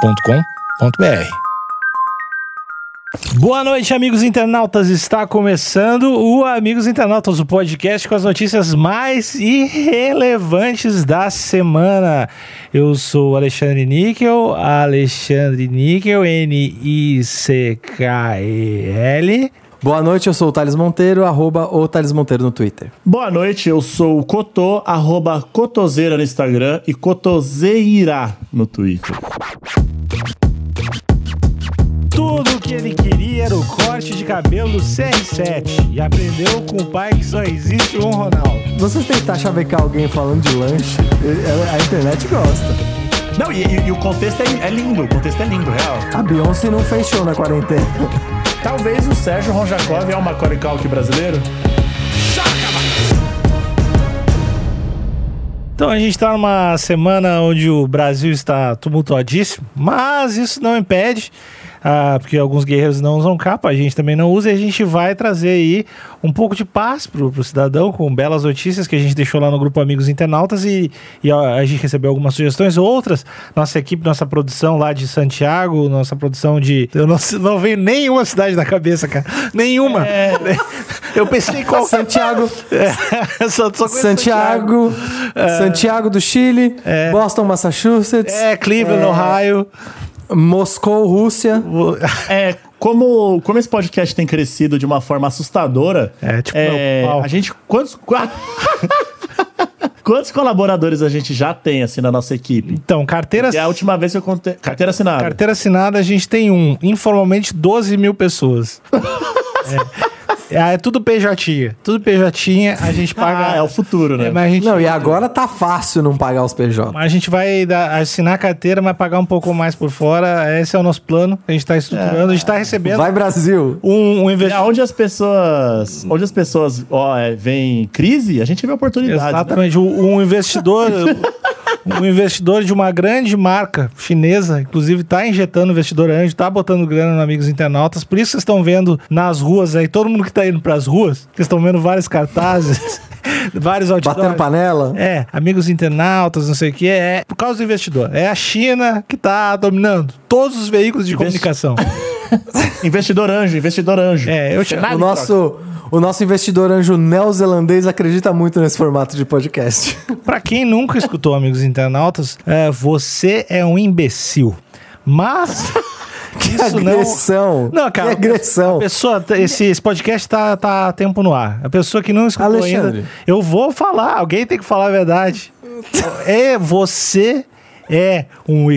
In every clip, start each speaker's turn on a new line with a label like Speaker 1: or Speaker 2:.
Speaker 1: agenciadepodcast.com.br.
Speaker 2: Boa noite, amigos internautas. Está começando o Amigos Internautas, o podcast com as notícias mais irrelevantes da semana. Eu sou o Alexandre Níquel, Alexandre Níquel, N-I-C-K-E-L.
Speaker 3: Boa noite, eu sou o Thales Monteiro, arroba o Thales Monteiro no Twitter.
Speaker 4: Boa noite, eu sou o Cotô, arroba Cotoseira no Instagram e Cotoseira no Twitter.
Speaker 2: Tudo o que ele queria era o corte de cabelo CR7 e aprendeu com o pai que só existe um Ronaldo.
Speaker 3: Vocês tentar chavecar alguém falando de lanche, é, a internet gosta.
Speaker 4: Não, e, e- e o contexto é, é lindo, o contexto é lindo, real.
Speaker 3: A Beyoncé não fez show na quarentena.
Speaker 4: Talvez o Sérgio Ronjakov é o Macaulay Culkin brasileiro.
Speaker 2: Então a gente está numa semana onde o Brasil está tumultuadíssimo, mas isso não impede, ah, porque alguns guerreiros não usam capa, a gente também não usa, e a gente vai trazer aí um pouco de paz para o cidadão com belas notícias que a gente deixou lá no grupo Amigos Internautas e, e a, a gente recebeu algumas sugestões, outras, nossa equipe, nossa produção lá de Santiago, nossa produção de... Eu não, não veio nenhuma cidade na cabeça, cara, nenhuma. Eu pensei em qual...
Speaker 3: Santiago,
Speaker 2: É, só, só conheço
Speaker 3: Santiago, É. Santiago do Chile, Boston, Massachusetts,
Speaker 2: É, Cleveland, Ohio.
Speaker 3: Moscou, Rússia.
Speaker 4: É, como, como esse podcast tem crescido de uma forma assustadora,
Speaker 2: É, tipo,
Speaker 4: é,
Speaker 2: meu pau.
Speaker 4: a gente. Quantos, qua- quantos colaboradores a gente já tem, assim, na nossa equipe?
Speaker 2: Então, carteira,
Speaker 4: É a última vez que eu contei. Carteira assinada.
Speaker 2: carteira assinada a gente tem um. Informalmente, 12 mil pessoas. é. É, é tudo PJ. Tudo PJ, a gente paga.
Speaker 4: Ah, é o futuro, né?
Speaker 2: É, mas a gente,
Speaker 3: Não, e agora tá fácil não pagar os PJ.
Speaker 2: mas a gente vai dar- assinar a carteira, mas pagar um pouco mais por fora. Esse é o nosso plano. A gente está estruturando, a gente está recebendo
Speaker 3: Vai Brasil.
Speaker 2: um, um
Speaker 4: É
Speaker 2: investimento.
Speaker 4: onde as pessoas, onde as pessoas ó, é, veem crise, a gente vê oportunidade. né?
Speaker 2: Exatamente. Um um investidor. Um investidor de uma grande marca chinesa, inclusive está injetando investidor anjo, está botando grana no Amigos Internautas. Por isso vocês estão vendo nas ruas aí, todo mundo que está indo para as ruas, vocês estão vendo vários cartazes, vários outdoors.
Speaker 3: Batendo panela.
Speaker 2: É, amigos internautas, não sei o que, é por causa do investidor. É a China que está dominando todos os veículos de comunicação.
Speaker 4: Investidor anjo, investidor anjo.
Speaker 2: É, eu chamo.
Speaker 3: O nosso, o nosso investidor anjo neozelandês acredita muito nesse formato de podcast.
Speaker 2: Pra quem nunca escutou Amigos Internautas, é, você é um imbecil. Mas. isso
Speaker 3: agressão.
Speaker 2: Não, cara.
Speaker 3: Que agressão.
Speaker 2: A pessoa, t- esse, esse podcast tá, tá a tempo no ar. A pessoa que não escutou
Speaker 3: Alexandre.
Speaker 2: ainda. Eu vou falar, alguém tem que falar a verdade. É você. É um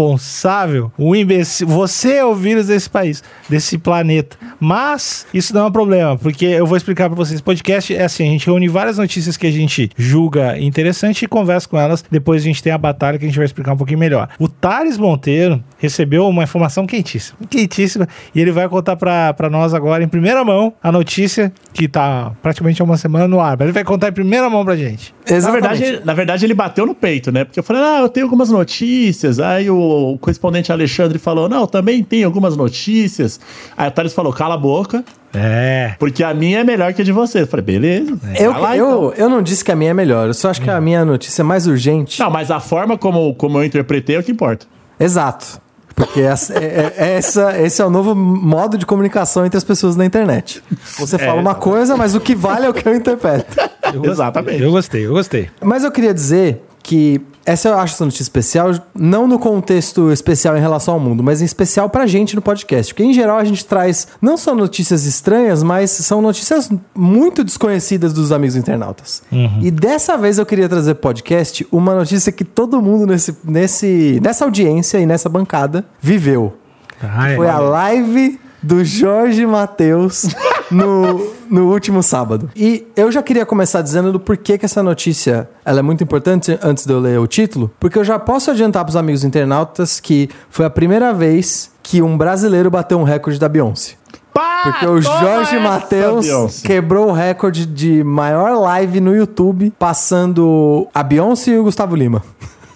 Speaker 2: irresponsável, um imbecil. Você é o vírus desse país, desse planeta. Mas isso não é um problema, porque eu vou explicar pra vocês. Podcast é assim: a gente reúne várias notícias que a gente julga interessante e conversa com elas. Depois a gente tem a batalha que a gente vai explicar um pouquinho melhor. O Thales Monteiro recebeu uma informação quentíssima, quentíssima, e ele vai contar pra pra nós agora, em primeira mão, a notícia que tá praticamente há uma semana no ar. Mas ele vai contar em primeira mão pra gente.
Speaker 4: Na
Speaker 3: Exatamente.
Speaker 4: verdade, na verdade, ele bateu no peito, né? Porque eu falei, ah, eu tenho algumas notícias. Aí o correspondente Alexandre falou, não, eu também tem algumas notícias. Aí o Thales falou, cala a boca,
Speaker 2: É.
Speaker 4: porque a minha é melhor que a de você. Eu falei, beleza.
Speaker 3: Eu,
Speaker 4: vai lá,
Speaker 3: eu,
Speaker 4: então.
Speaker 3: eu não disse que a minha é melhor, eu só acho que a minha notícia é mais urgente.
Speaker 4: Não, mas a forma como, como eu interpretei é o que importa.
Speaker 3: Exato. Porque essa, é- é- essa- esse é o novo modo de comunicação entre as pessoas na internet.
Speaker 4: É.
Speaker 3: Você fala uma coisa, mas o que vale é o que eu interpreto.
Speaker 4: Exatamente.
Speaker 2: Eu gostei, eu gostei.
Speaker 3: Mas eu queria dizer que essa eu acho essa notícia especial, não no contexto especial em relação ao mundo, mas em especial pra gente no podcast. Porque em geral a gente traz não só notícias estranhas, mas são notícias muito desconhecidas dos amigos internautas. E dessa vez eu queria trazer pro podcast uma notícia que todo mundo nesse, nesse, nessa audiência e nessa bancada viveu.
Speaker 2: Ah, é.
Speaker 3: Foi a live do Jorge Matheus no, no último sábado. E eu já queria começar dizendo do porquê que essa notícia ela é muito importante antes de eu ler o título, porque eu já posso adiantar para os amigos internautas que foi a primeira vez que um brasileiro bateu um recorde da Beyoncé.
Speaker 4: Pá,
Speaker 3: Porque o
Speaker 4: toma
Speaker 3: Jorge
Speaker 4: é essa,
Speaker 3: Matheus
Speaker 4: Beyoncé.
Speaker 3: quebrou o recorde de maior live no YouTube, passando a Beyoncé e o Gustavo Lima.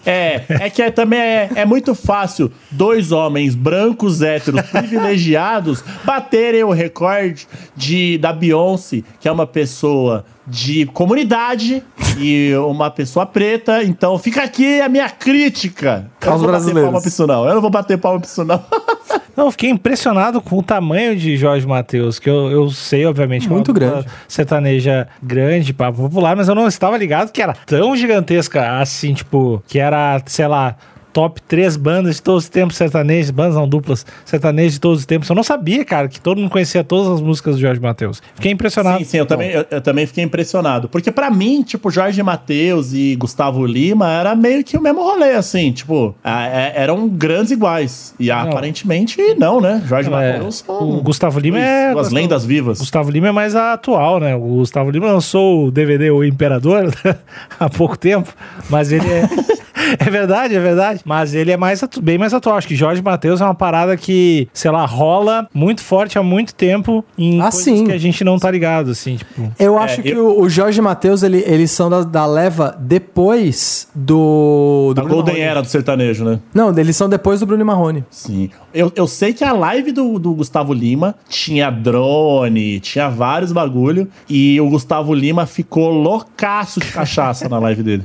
Speaker 4: É, é que é, também é, é muito fácil dois homens brancos, héteros, privilegiados, baterem o recorde de, da Beyoncé, que é uma pessoa de comunidade, e uma pessoa preta, então fica aqui a minha crítica. Eu
Speaker 3: Aos
Speaker 4: não vou
Speaker 3: brasileiros.
Speaker 4: bater palma pra isso não, eu não vou bater palma pra isso não.
Speaker 2: Não, eu fiquei impressionado com o tamanho de Jorge Matheus, que eu, eu sei, obviamente, que é
Speaker 3: Muito
Speaker 2: uma
Speaker 3: grande.
Speaker 2: sertaneja grande, papo popular, mas eu não estava ligado que era tão gigantesca assim, tipo, que era, sei lá, top três bandas de todos os tempos sertanejas, bandas não duplas, sertanejas de todos os tempos. Eu não sabia, cara, que todo mundo conhecia todas as músicas do Jorge Matheus. Fiquei impressionado.
Speaker 4: Sim, sim, eu também, eu, eu também fiquei impressionado. Porque pra mim, tipo, Jorge Matheus e Gustavo Lima era meio que o mesmo rolê, assim, tipo, a- é- eram grandes iguais. E aparentemente não, né? Jorge
Speaker 2: É,
Speaker 4: Matheus
Speaker 2: o
Speaker 4: são
Speaker 2: Gustavo Lima
Speaker 4: dois-
Speaker 2: é.
Speaker 4: duas lendas vivas.
Speaker 2: Gustavo Lima é mais atual, né? O Gustavo Lima lançou o DVD O Imperador há pouco tempo, mas ele é. É verdade, é verdade. Mas ele é mais atu- bem mais atual. Acho que Jorge Matheus é uma parada que, sei lá, rola muito forte há muito tempo em
Speaker 3: Ah,
Speaker 2: coisas
Speaker 3: sim.
Speaker 2: que a gente não tá ligado, assim, tipo.
Speaker 3: Eu
Speaker 4: É,
Speaker 3: acho que o o Jorge e Matheus, ele, eles são da, da leva depois do. do
Speaker 4: A
Speaker 3: Bruno
Speaker 4: Golden
Speaker 3: Marrone.
Speaker 4: Era do sertanejo, né?
Speaker 3: Não, eles são depois do Bruno e Marrone.
Speaker 4: Sim. Eu, eu sei que a live do, do Gustavo Lima tinha drone, tinha vários bagulho. E o Gustavo Lima ficou loucaço de cachaça na live dele.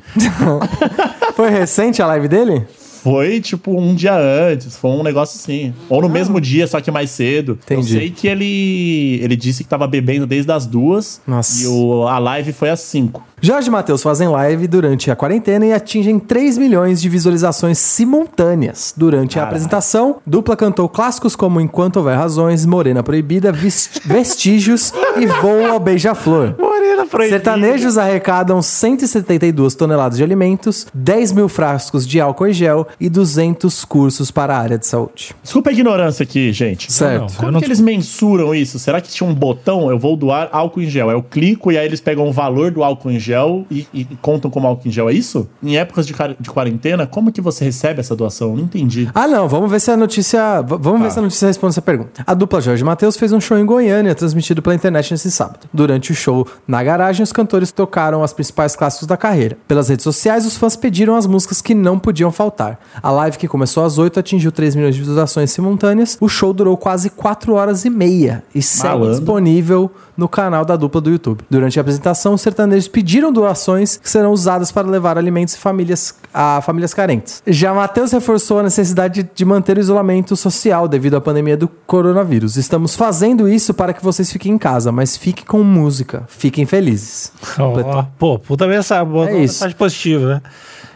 Speaker 3: Foi recente a live dele?
Speaker 4: Foi, tipo, um dia antes, foi um negócio assim. Ou no mesmo dia, só que mais cedo.
Speaker 3: Ah. Entendi.
Speaker 4: Eu sei que ele, ele disse que tava bebendo desde as duas.
Speaker 3: Nossa.
Speaker 4: E o, a live foi às cinco.
Speaker 3: Jorge e Matheus fazem live durante a quarentena e atingem 3 milhões de visualizações simultâneas. Durante a apresentação, dupla cantou clássicos como Enquanto Houver Razões, Morena Proibida, Vis- Vestígios e Voa ao Beija-Flor.
Speaker 2: Morena proibida.
Speaker 3: Sertanejos arrecadam 172 toneladas de alimentos, 10 mil frascos de álcool em gel e 200 cursos para a área de saúde.
Speaker 4: Desculpa a ignorância aqui, gente.
Speaker 3: Certo.
Speaker 4: Como
Speaker 2: Eu não
Speaker 4: que eles mensuram isso? Será que tinha um botão? Eu vou doar álcool em gel. Aí Eu clico e aí eles pegam o valor do álcool em gel e, e contam como álcool em gel. É isso? Em épocas de, quar- de quarentena, como que você recebe essa doação? Eu Não entendi.
Speaker 3: Ah, não, vamos ver se a notícia. v- Vamos ver se a notícia responde essa pergunta. A dupla Jorge Matheus fez um show em Goiânia, transmitido pela internet nesse sábado. Durante o show na garagem, os cantores tocaram as principais clássicos da carreira. Pelas redes sociais, os fãs pediram as músicas que não podiam faltar. A live que começou às 8 atingiu 3 milhões de visualizações simultâneas. O show durou quase 4 horas e meia e segue
Speaker 4: Malandro.
Speaker 3: disponível no canal da dupla do YouTube. Durante a apresentação, os sertanejos pediram doações que serão usadas para levar alimentos e famílias a famílias carentes. Já Matheus reforçou a necessidade de manter o isolamento social devido à pandemia do coronavírus. Estamos fazendo isso para que vocês fiquem em casa, mas fiquem com música, fiquem felizes. Então,
Speaker 2: Ó, pô, puta mensagem, boa,
Speaker 3: É
Speaker 2: uma
Speaker 3: isso.
Speaker 2: mensagem positiva, né?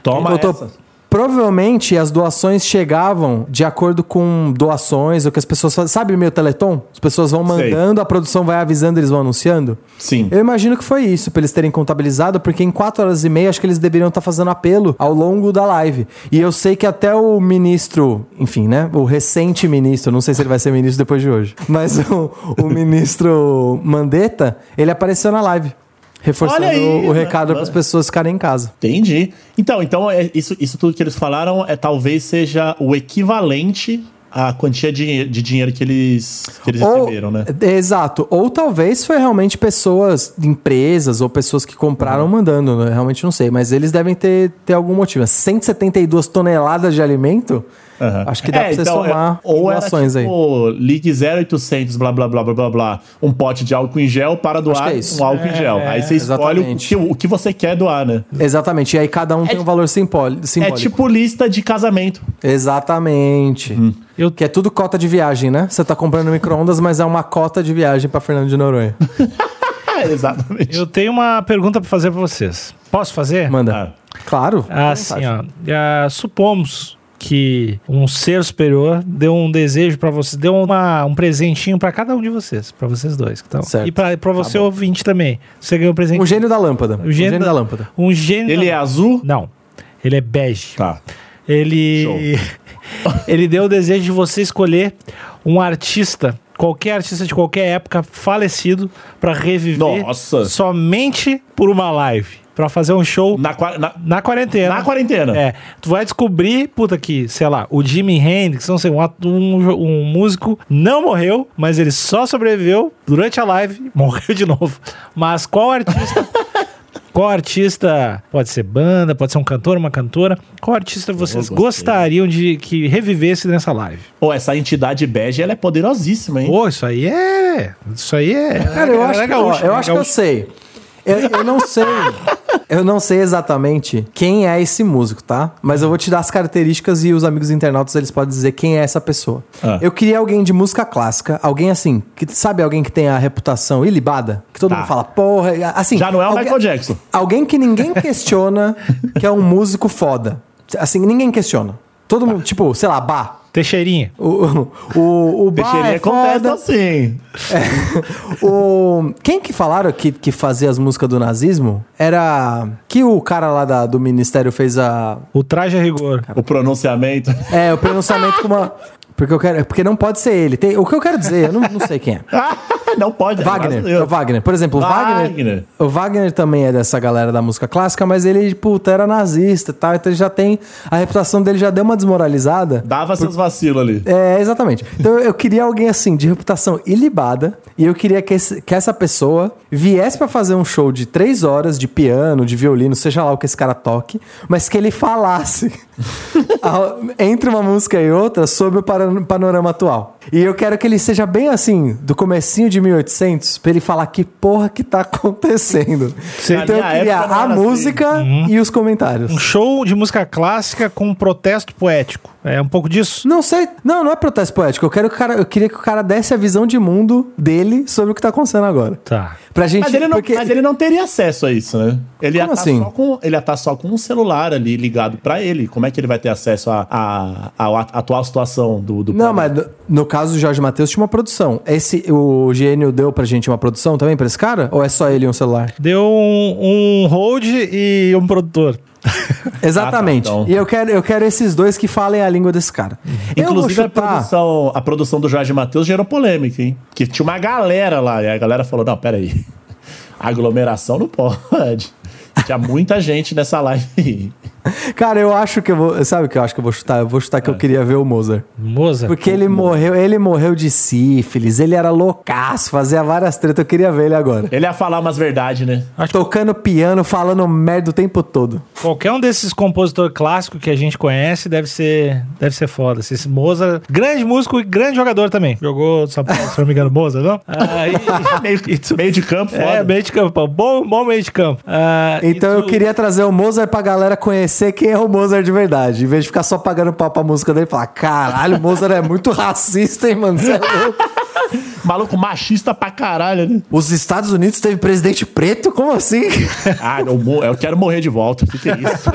Speaker 4: Toma
Speaker 3: Eu tô-
Speaker 4: essa.
Speaker 3: então, Provavelmente as doações chegavam de acordo com doações, ou que as pessoas fazem. Sabe meio Teleton? As pessoas vão
Speaker 4: Sei.
Speaker 3: mandando, a produção vai avisando, eles vão anunciando.
Speaker 4: Sim.
Speaker 3: Eu imagino que foi isso, pra eles terem contabilizado, porque em 4 horas e meia acho que eles deveriam estar fazendo apelo ao longo da live. E eu sei que até o ministro, enfim, né? O recente ministro, não sei se ele vai ser ministro depois de hoje, mas o, o ministro Mandetta, ele apareceu na live. Reforçando
Speaker 4: Olha aí,
Speaker 3: o
Speaker 4: né?
Speaker 3: recado para as pessoas ficarem em casa.
Speaker 4: Entendi. Então, então é, isso, isso tudo que eles falaram é talvez seja o equivalente à quantia de, de dinheiro que eles, que eles receberam, né?
Speaker 3: é, Exato. Ou talvez foi realmente pessoas, empresas ou pessoas que compraram mandando, né? realmente não sei. Mas eles devem ter, ter algum motivo. 172 toneladas de alimento?
Speaker 4: Aham.
Speaker 3: Acho que dá
Speaker 4: É,
Speaker 3: pra você
Speaker 4: então,
Speaker 3: somar
Speaker 4: é, ou
Speaker 3: doações aí.
Speaker 4: era, tipo, Ligue 0800, blá, blá, blá, blá, blá, blá. Um pote de álcool em gel para doar
Speaker 3: é isso.
Speaker 4: um álcool em gel. Aí você escolhe o
Speaker 3: exatamente.
Speaker 4: que, o que você quer doar, né?
Speaker 3: Exatamente. E aí cada um tem um valor simpoli-
Speaker 4: É
Speaker 3: simbólico.
Speaker 4: tipo lista de casamento.
Speaker 3: Exatamente.
Speaker 2: Eu-
Speaker 3: Que é tudo cota de viagem, né? Você tá comprando micro-ondas, mas é uma cota de viagem pra Fernando de Noronha.
Speaker 4: É, exatamente.
Speaker 2: Eu tenho uma pergunta pra fazer pra vocês. Posso fazer?
Speaker 3: Manda. Claro.
Speaker 4: É.
Speaker 2: Assim, ó. ah, supomos que um ser superior deu um desejo pra vocês, deu uma, um presentinho pra cada um de vocês, pra vocês dois que estão.
Speaker 3: Certo. Tá
Speaker 2: E pra pra você ouvinte também. Você ganhou um presente.
Speaker 3: Um gênio da lâmpada. Um gênio, da... lâmpada.
Speaker 2: Um gênio.
Speaker 4: Ele é azul?
Speaker 2: Não. Ele é bege.
Speaker 4: Tá.
Speaker 2: Ele ele deu o desejo de você escolher um artista, qualquer artista de qualquer época falecido pra reviver
Speaker 4: Nossa.
Speaker 2: somente por uma live, Pra fazer um show
Speaker 4: Na, qua- na,
Speaker 2: na quarentena.
Speaker 4: na quarentena.
Speaker 2: É, tu vai descobrir, puta, que, sei lá, o Jimi Hendrix, não sei, um, ato- um, um músico não morreu, mas ele só sobreviveu durante a live, morreu de novo. Mas qual artista. qual artista. Pode ser banda, pode ser um cantor, uma cantora. Qual artista vocês
Speaker 4: gostei.
Speaker 2: gostariam de que revivesse nessa live?
Speaker 4: Pô, essa entidade bege, ela é poderosíssima, hein?
Speaker 2: Pô, isso aí é. Isso aí é.
Speaker 3: Cara, eu acho, que, ó,
Speaker 4: É
Speaker 2: gaúcho,
Speaker 3: eu,
Speaker 2: né?
Speaker 3: acho que eu
Speaker 2: Gaúcho.
Speaker 3: sei. Eu, eu não sei. Eu não sei exatamente quem é esse músico, tá? Mas eu vou te dar as características e os amigos internautas eles podem dizer quem é essa pessoa.
Speaker 4: Ah.
Speaker 3: Eu queria alguém de música clássica, alguém assim, que sabe alguém que tem a reputação ilibada, que todo
Speaker 4: Tá.
Speaker 3: mundo fala, porra, e- assim.
Speaker 4: Já não é o
Speaker 3: alguém-
Speaker 4: Michael Jackson.
Speaker 3: Alguém que ninguém questiona que é um músico foda. Assim, ninguém questiona. Todo mundo, tipo, sei lá, Bá.
Speaker 2: Teixeirinha.
Speaker 3: O, o, o Bá
Speaker 4: Teixeirinha
Speaker 3: é
Speaker 4: contesta
Speaker 3: foda.
Speaker 4: assim.
Speaker 3: O, quem que falaram que, que fazia as músicas do nazismo? Era. Que o cara lá da- do ministério fez a.
Speaker 2: O traje a rigor.
Speaker 4: O pronunciamento.
Speaker 3: É, o pronunciamento com uma. Porque eu quero. Porque não pode ser ele. Tem- o que eu quero dizer, eu não, não sei quem é.
Speaker 4: não pode. é
Speaker 3: Wagner,
Speaker 4: brasileiro.
Speaker 3: é o Wagner. Por exemplo, o Wagner,
Speaker 4: Wagner.
Speaker 3: O Wagner também é dessa galera da música clássica, mas ele, puta, era nazista e tal. Então ele já tem. A reputação dele já deu uma desmoralizada.
Speaker 4: Dava seus vacilos ali.
Speaker 3: É, exatamente. Então eu queria alguém assim, de reputação ilibada, e eu queria que, esse- que essa pessoa viesse pra fazer um show de três horas de piano, de violino, seja lá o que esse cara toque, mas que ele falasse ao- entre uma música e outra sobre o pano- panorama atual. E eu quero que ele seja bem assim, do comecinho de 1800, pra ele falar que porra que tá acontecendo.
Speaker 4: Na
Speaker 3: então eu
Speaker 4: minha
Speaker 3: queria
Speaker 4: época não
Speaker 3: a
Speaker 4: era assim. Uhum.
Speaker 3: música e os comentários.
Speaker 2: Um show de música clássica com um protesto poético. É um pouco disso?
Speaker 3: Não sei. Não, não é protesto poético. Eu quero que o cara, eu queria que o cara desse a visão de mundo dele sobre o que tá acontecendo agora.
Speaker 2: Tá.
Speaker 3: Pra gente,
Speaker 4: Mas ele, não,
Speaker 3: porque
Speaker 4: mas ele não teria acesso a isso, né? Ele ia
Speaker 3: Como
Speaker 4: tá
Speaker 3: assim?
Speaker 4: só com ele ia tá só com um celular ali ligado pra ele. Como é que ele vai ter acesso à a, a, atual situação do, do
Speaker 3: Não,
Speaker 4: planeta?
Speaker 3: mas no, no caso do Jorge Matheus tinha uma produção. Esse o gênio deu pra gente uma produção também pra esse cara ou é só ele e um
Speaker 4: Ah,
Speaker 3: celular?
Speaker 2: Deu um, um hold e um produtor.
Speaker 3: Exatamente.
Speaker 4: então. Uhum.
Speaker 3: E eu quero, eu quero esses dois que falem a língua desse cara. eu vou
Speaker 4: Inclusive, a
Speaker 3: chutar.
Speaker 4: produção, a produção do Jorge Matheus gerou polêmica, hein? Que tinha uma galera lá, e a galera falou: não, peraí. Aglomeração não pode. Tinha muita gente nessa live aí.
Speaker 3: Cara, eu acho que eu vou, sabe o que eu acho que eu vou chutar? Eu vou chutar
Speaker 4: É.
Speaker 3: que eu queria ver o Mozart.
Speaker 2: Moza.
Speaker 3: Porque ele
Speaker 4: Uhum.
Speaker 3: morreu, ele morreu de sífilis, ele era loucaço, fazia várias tretas, eu queria ver ele agora.
Speaker 4: Ele ia falar umas verdades, né?
Speaker 3: Tocando piano, falando merda o tempo todo.
Speaker 2: Qualquer um desses compositores clássicos que a gente conhece deve ser, deve ser foda. Esse Mozart, grande músico e grande jogador também. Jogou, São Paulo, se não me engano, Mozart, não? Ah, e-
Speaker 4: Meio, meio de campo, foda.
Speaker 2: é, meio de campo. Bom, bom meio de campo. Ah,
Speaker 3: Então
Speaker 2: e
Speaker 3: eu
Speaker 2: tu-
Speaker 3: queria trazer o Mozart pra galera conhecer quem é o Mozart de verdade. Em vez de ficar só pagando pau pra música dele e falar: caralho, o Mozart é muito racista, hein, mano? Você é louco.
Speaker 4: Maluco machista pra caralho, né?
Speaker 3: Os Estados Unidos teve presidente preto? Como assim?
Speaker 4: Ah, eu, mo- eu quero morrer de volta. O que, que é isso?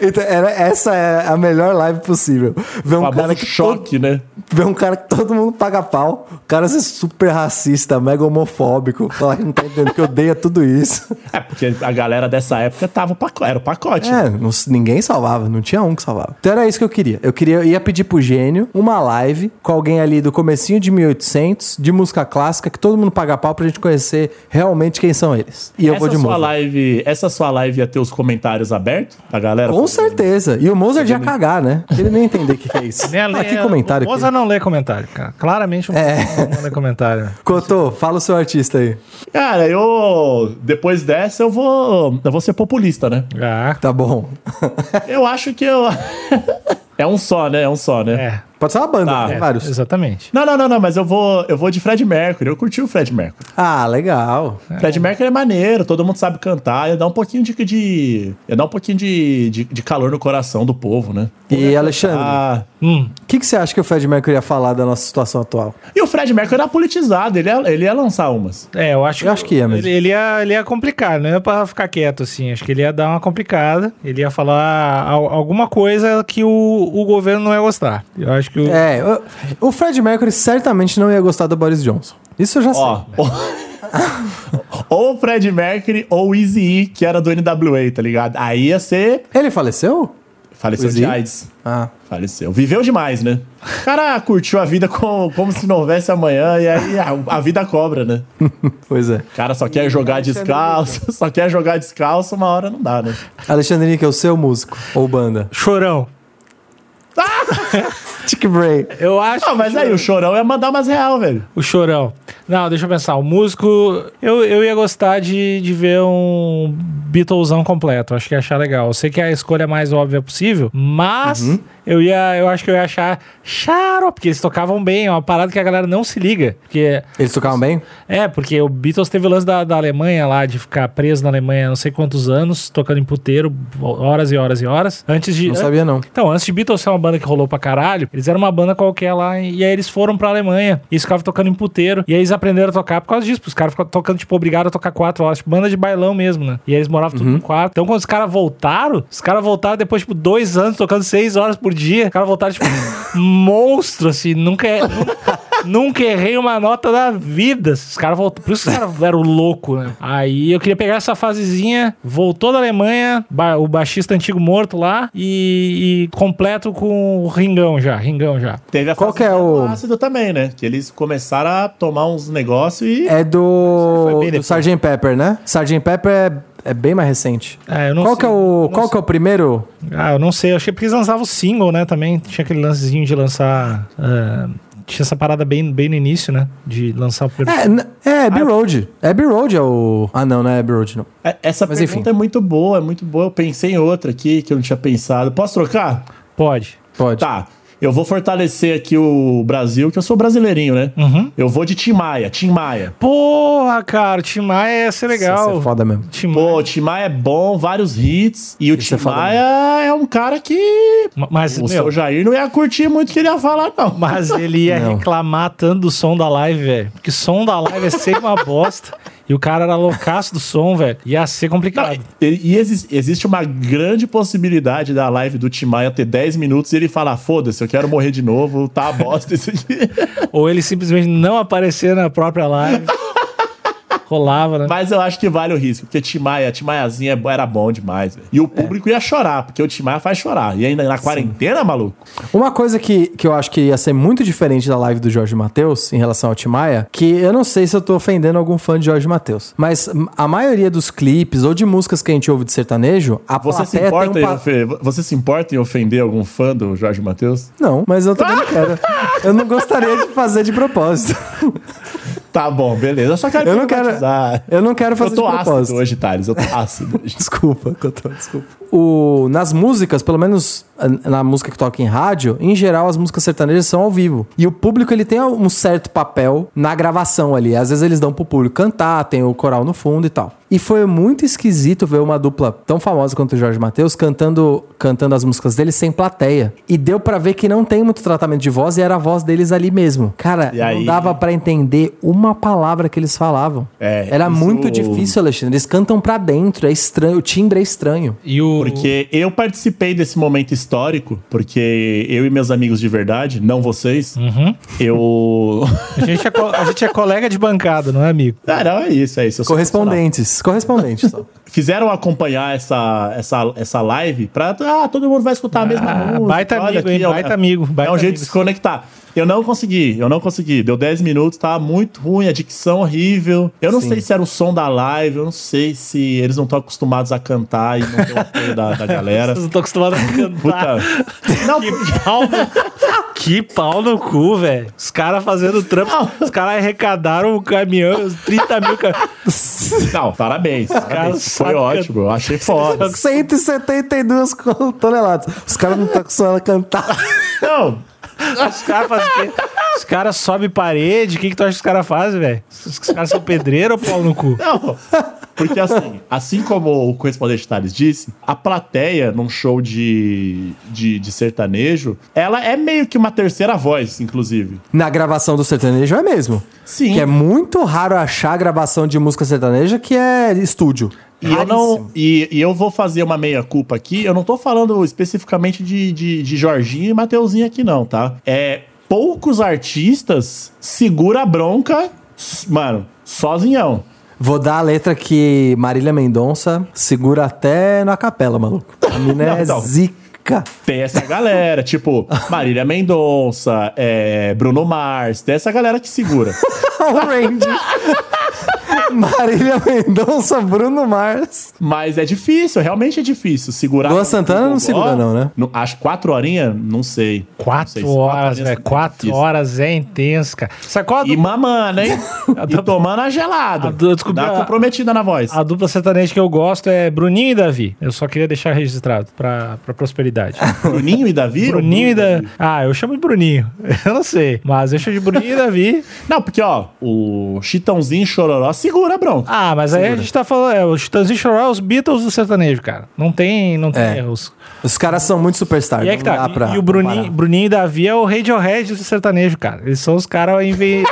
Speaker 3: Então, era- essa é a melhor live possível. Ver
Speaker 4: O
Speaker 3: um, cara
Speaker 4: famoso
Speaker 3: que todo,
Speaker 4: choque, né?
Speaker 3: ver um cara que todo mundo paga pau, o cara ser super racista, mega homofóbicos, falar que não tá entendendo que odeia tudo isso.
Speaker 4: É, porque a galera dessa época tava o pacote, era o pacote.
Speaker 3: É, não- ninguém salvava, não tinha um que salvava. Então era isso que eu queria. Eu queria eu ia pedir pro gênio uma live com alguém ali do comecinho de 1800, de música clássica, que todo mundo paga pau pra gente conhecer realmente quem são eles. E eu
Speaker 4: essa
Speaker 3: vou de
Speaker 4: sua
Speaker 3: Mozart.
Speaker 4: live, essa sua live ia ter os comentários abertos pra galera?
Speaker 3: Com certeza. E o Mozart ia cagar, né? Ele nem ia entender o que, que é isso.
Speaker 2: Nem a-
Speaker 3: ah, que
Speaker 2: é,
Speaker 3: comentário. É.
Speaker 2: O
Speaker 3: que-
Speaker 2: Mozart não lê comentário, cara. Claramente o Mozart não lê comentário.
Speaker 3: Cotô, fala o seu artista aí.
Speaker 4: Cara, eu depois dessa eu vou, eu vou ser populista, né?
Speaker 2: Ah,
Speaker 3: Tá bom.
Speaker 4: Eu acho que eu É um só, né? É um só, né?
Speaker 2: é.
Speaker 3: Pode ser uma banda,
Speaker 4: Tá.
Speaker 3: tem
Speaker 2: é,
Speaker 3: vários.
Speaker 2: Exatamente.
Speaker 4: Não, não, não, não, mas eu vou, eu vou de Fred Mercury. Eu curti o Fred Mercury.
Speaker 3: Ah, legal.
Speaker 4: Fred Mercury é maneiro, todo mundo sabe cantar, ia dar um pouquinho de de ia dar um pouquinho de, de, de calor no coração do povo, né?
Speaker 3: E Alexandre,
Speaker 4: Ah,
Speaker 2: Hum,
Speaker 3: o que, que você acha que o Fred Mercury ia falar da nossa situação atual?
Speaker 4: e o Fred Mercury era politizado, ele ia, ele ia lançar umas.
Speaker 2: é, eu acho,
Speaker 3: Eu acho que ia mesmo.
Speaker 2: Ele, ele ia, ele ia complicar, não é pra ficar quieto, assim. Acho que ele ia dar uma complicada. Ele ia falar al- alguma coisa que o, o governo não ia gostar. Eu acho que o.
Speaker 3: É, o, o Fred Mercury certamente não ia gostar do Boris Johnson. Isso eu já
Speaker 4: Ó,
Speaker 3: sei.
Speaker 4: ou o Fred Mercury ou o Easy que era do NWA, tá ligado? Aí ia ser.
Speaker 3: Ele faleceu?
Speaker 4: Faleceu
Speaker 3: Eazy-E?
Speaker 4: de AIDS.
Speaker 3: Ah.
Speaker 4: Faleceu. Viveu demais, né? O cara curtiu a vida com, como se não houvesse amanhã, e aí a, a vida cobra, né?
Speaker 3: Pois é.
Speaker 4: O cara só quer jogar descalço, só quer jogar descalço, uma hora não dá, né?
Speaker 3: Alexandre Nick é o seu músico ou banda?
Speaker 2: Chorão.
Speaker 3: Tic Bray.
Speaker 2: Eu acho.
Speaker 4: Ah, mas aí o chorão é mandar umas real, velho.
Speaker 2: O chorão. Não, deixa eu pensar. O músico. Eu, eu ia gostar de, de ver um Beatlesão completo. Acho que ia achar legal. Eu sei que é a escolha mais óbvia possível, mas
Speaker 3: Uhum.
Speaker 2: eu ia. Eu acho que eu ia achar charo, porque eles tocavam bem. É uma parada que a galera não se liga. Porque.
Speaker 3: Eles tocavam bem?
Speaker 2: É, porque o Beatles teve o lance da, da Alemanha lá, de ficar preso na Alemanha não sei quantos anos, tocando em puteiro, horas e horas e horas. Antes de.
Speaker 3: Não sabia, não.
Speaker 2: Então, antes de Beatles ser uma banda que rolou pra caralho, eles eram uma banda qualquer lá, e aí eles foram pra Alemanha, e eles ficavam tocando em puteiro, e aí eles aprenderam a tocar por causa disso, porque os caras ficavam tocando, tipo, obrigado a tocar quatro horas, tipo, banda de bailão mesmo, né? E aí eles moravam
Speaker 3: Uhum.
Speaker 2: tudo no quarto. Então, quando os caras voltaram, os caras voltaram depois, tipo, dois anos tocando seis horas por dia, os caras voltaram, tipo, monstro, assim, nunca é. Nunca errei uma nota da vida. Os caras voltaram. Por isso que os caras eram loucos, né? Aí eu queria pegar essa fasezinha. Voltou da Alemanha, ba- o baixista antigo morto lá. E, e completo com o Ringão já. Ringão já.
Speaker 4: Teve a
Speaker 3: Qual
Speaker 4: fase
Speaker 3: que é o-
Speaker 4: do ácido também, né? Que eles começaram a tomar uns negócios e.
Speaker 3: É
Speaker 4: foi
Speaker 3: do,
Speaker 4: bem
Speaker 3: do
Speaker 4: depois.
Speaker 3: Sgt. Pepper, né? Sgt. Pepper é, é bem mais recente.
Speaker 2: É, eu não
Speaker 3: Qual
Speaker 2: sei.
Speaker 3: que é o, qual que é o primeiro?
Speaker 2: Ah, eu não sei. Eu achei porque eles lançavam o single, né? Também tinha aquele lancezinho de lançar. ah, tinha essa parada bem, bem no início, né? De lançar o primeiro.
Speaker 3: É, n- é Abbey Road. Abbey Road é o... Ah, não, não é Abbey Road, não.
Speaker 4: É- Essa
Speaker 3: Mas
Speaker 4: pergunta
Speaker 3: enfim.
Speaker 4: é muito boa, é muito boa. Eu pensei em outra aqui que eu não tinha pensado. Posso trocar?
Speaker 3: É.
Speaker 2: Pode.
Speaker 3: Pode.
Speaker 4: Tá. Eu vou fortalecer aqui o Brasil, que eu sou brasileirinho, né?
Speaker 3: Uhum.
Speaker 4: Eu vou de Tim Maia, Tim Maia.
Speaker 2: Porra, cara. O Tim Maia ia ser
Speaker 3: Isso
Speaker 2: legal.
Speaker 3: é foda mesmo.
Speaker 2: Tim Maia.
Speaker 4: Pô, o Tim Maia é bom, vários hits. E o
Speaker 3: Isso é
Speaker 4: Tim
Speaker 3: foda
Speaker 4: Maia é um cara que.
Speaker 2: Ma- Mas, meu,
Speaker 4: O seu Jair não ia curtir muito o que ele ia falar, não.
Speaker 2: Mas ele ia
Speaker 3: Não.
Speaker 2: reclamar tanto do som da live, velho. Porque som da live é sempre uma bosta. E o cara era loucaço do som, velho. Ia ser complicado.
Speaker 4: E, e exi- existe uma grande possibilidade da live do Tim Maia ter 10 minutos e ele falar: foda-se, eu quero morrer de novo, tá a bosta isso aqui.
Speaker 2: Ou ele simplesmente não aparecer na própria live. Rolava, né?
Speaker 4: Mas eu acho que vale o risco, porque Tim Maia, Tim Maiazinha é bo- era bom demais. velho.
Speaker 3: É.
Speaker 4: E o público ia chorar, porque o Tim Maia faz chorar. E ainda na quarentena, maluco.
Speaker 3: Uma coisa que, que eu acho que ia ser muito diferente da live do Jorge Matheus em relação ao Timaya, que eu não sei se eu tô ofendendo algum fã de Jorge Matheus, mas hum, a maioria dos clipes ou de músicas que a gente ouve de sertanejo, a
Speaker 4: Você se
Speaker 3: plateia
Speaker 4: importa
Speaker 3: tem
Speaker 4: em
Speaker 3: um pa-
Speaker 4: ofe- Você se importa em ofender algum fã do Jorge Matheus?
Speaker 3: Não, mas eu também não quero. Eu não gostaria de fazer de propósito.
Speaker 4: Tá bom, beleza. Eu só quero
Speaker 3: Eu não quero-
Speaker 4: problematizar.
Speaker 3: eu não quero fazer
Speaker 4: Eu tô
Speaker 3: de
Speaker 4: ácido
Speaker 3: propósito.
Speaker 4: hoje, Thales. Eu tô ácido hoje.
Speaker 3: Desculpa, Cotô, desculpa. O, nas músicas, pelo menos eh, na música que toca em rádio, em geral as músicas sertanejas são ao vivo. E o público ele tem um certo papel na gravação ali. Às vezes eles dão pro público cantar, tem o coral no fundo e tal. E foi muito esquisito ver uma dupla tão famosa quanto o Jorge Matheus cantando, cantando as músicas deles sem plateia. E deu pra ver que não tem muito tratamento de voz e era a voz deles ali mesmo. Cara,
Speaker 4: E
Speaker 3: não
Speaker 4: aí?
Speaker 3: dava pra entender uma palavra que eles falavam.
Speaker 4: É,
Speaker 3: era
Speaker 4: isso-
Speaker 3: muito difícil isso, Alexandre. Eles cantam pra dentro, é estranho, o timbre é estranho.
Speaker 2: E o.
Speaker 4: Porque eu participei desse momento histórico, porque eu e meus amigos de verdade, não vocês,
Speaker 2: Uhum.
Speaker 4: eu.
Speaker 2: A, gente é co- a gente é colega de bancada, não é amigo?
Speaker 4: ah, não, é isso, é isso. eu sou
Speaker 3: Correspondentes, correspondentes. só.
Speaker 4: profissional. Fizeram acompanhar essa, essa, essa live pra. Ah, todo mundo vai escutar a mesma música.
Speaker 2: baita
Speaker 4: olha
Speaker 2: amigo, hein?
Speaker 4: é um-
Speaker 2: Baita amigo,
Speaker 4: é
Speaker 2: baita
Speaker 4: um jeito de
Speaker 2: amigo.
Speaker 4: se conectar. Eu não consegui, eu não consegui. Deu 10 minutos, tá muito ruim, a dicção horrível. Eu não
Speaker 3: Sim.
Speaker 4: sei se era o som da live, eu não sei se eles não estão acostumados a cantar e não tem o apoio da, da galera.
Speaker 2: Vocês não estão acostumados a
Speaker 4: Puta.
Speaker 2: cantar.
Speaker 4: Não,
Speaker 2: Que pau no, que pau no cu, velho. Os caras fazendo trampo. Os caras arrecadaram o caminhão, 30 mil caminhões.
Speaker 4: Não, parabéns. parabéns.
Speaker 2: sabe
Speaker 4: Foi
Speaker 2: que-
Speaker 4: ótimo, eu achei foda.
Speaker 3: 172 co- toneladas. Os caras não estão acostumados a cantar.
Speaker 4: Não,
Speaker 2: Os caras fazem o quê? Os caras sobem parede. O que, que tu acha que os caras fazem, velho? Os os caras são pedreiro ou pau no cu?
Speaker 4: não. Porque assim, assim como o correspondente Thales disse, a plateia num show de, de, de sertanejo, ela é meio que uma terceira voz, inclusive.
Speaker 3: Na gravação do sertanejo é mesmo.
Speaker 4: Sim.
Speaker 3: Que é muito raro achar a gravação de música sertaneja que é estúdio.
Speaker 4: E eu,
Speaker 3: Raríssimo.
Speaker 4: não, e, e eu vou fazer uma meia-culpa aqui. Eu não tô falando especificamente de, de, de Jorginho e Mateuzinho aqui, não, tá? É. Poucos artistas segura a bronca, s- mano, sozinhão.
Speaker 3: Vou dar a letra que Marília Mendonça segura até na capela, maluco. A mina é
Speaker 4: Não, não.
Speaker 3: zica.
Speaker 4: Tem essa galera, tipo Marília Mendonça, é, Bruno Mars, tem essa galera que segura.
Speaker 3: O Randy. Marília Mendonça, Bruno Mars.
Speaker 4: Mas é difícil, realmente é difícil. Segurar.
Speaker 3: Luan Santana não segura, não, né?
Speaker 4: acho quatro horinhas, não sei. Não sei
Speaker 2: Quatro
Speaker 4: se
Speaker 2: horas,
Speaker 4: horinhas
Speaker 2: velho.
Speaker 4: é
Speaker 2: Quatro
Speaker 4: difícil.
Speaker 2: horas é intenso, cara. Sabe qual é a
Speaker 4: E
Speaker 2: dupla,
Speaker 4: mamando, hein? e tomando a gelada.
Speaker 2: Ah, eu descobri
Speaker 4: Dá
Speaker 2: a-
Speaker 4: comprometida na voz.
Speaker 2: a dupla sertaneja que eu gosto é Bruninho e Davi. Eu só queria deixar registrado pra, pra prosperidade.
Speaker 4: Bruninho e Davi?
Speaker 2: Bruninho e
Speaker 4: Bruno
Speaker 2: Davi. Ah, eu chamo de Bruninho. Eu não sei. Mas eu chamo de Bruninho e Davi.
Speaker 4: Não, porque, ó, o Chitãozinho e Chororó segura a bronca.
Speaker 2: Ah, mas aí a gente tá falando. É, o Chitãozinho e Choró é os Beatles do sertanejo, cara. Não tem, não tem
Speaker 3: É.
Speaker 2: erros.
Speaker 3: Os caras são muito superstar.
Speaker 2: E é que
Speaker 3: não
Speaker 2: tá.
Speaker 3: dá pra
Speaker 2: E, e o Bruninho,
Speaker 3: parar.
Speaker 2: Bruninho e Davi é o Radiohead do sertanejo, cara. Eles são os caras inven...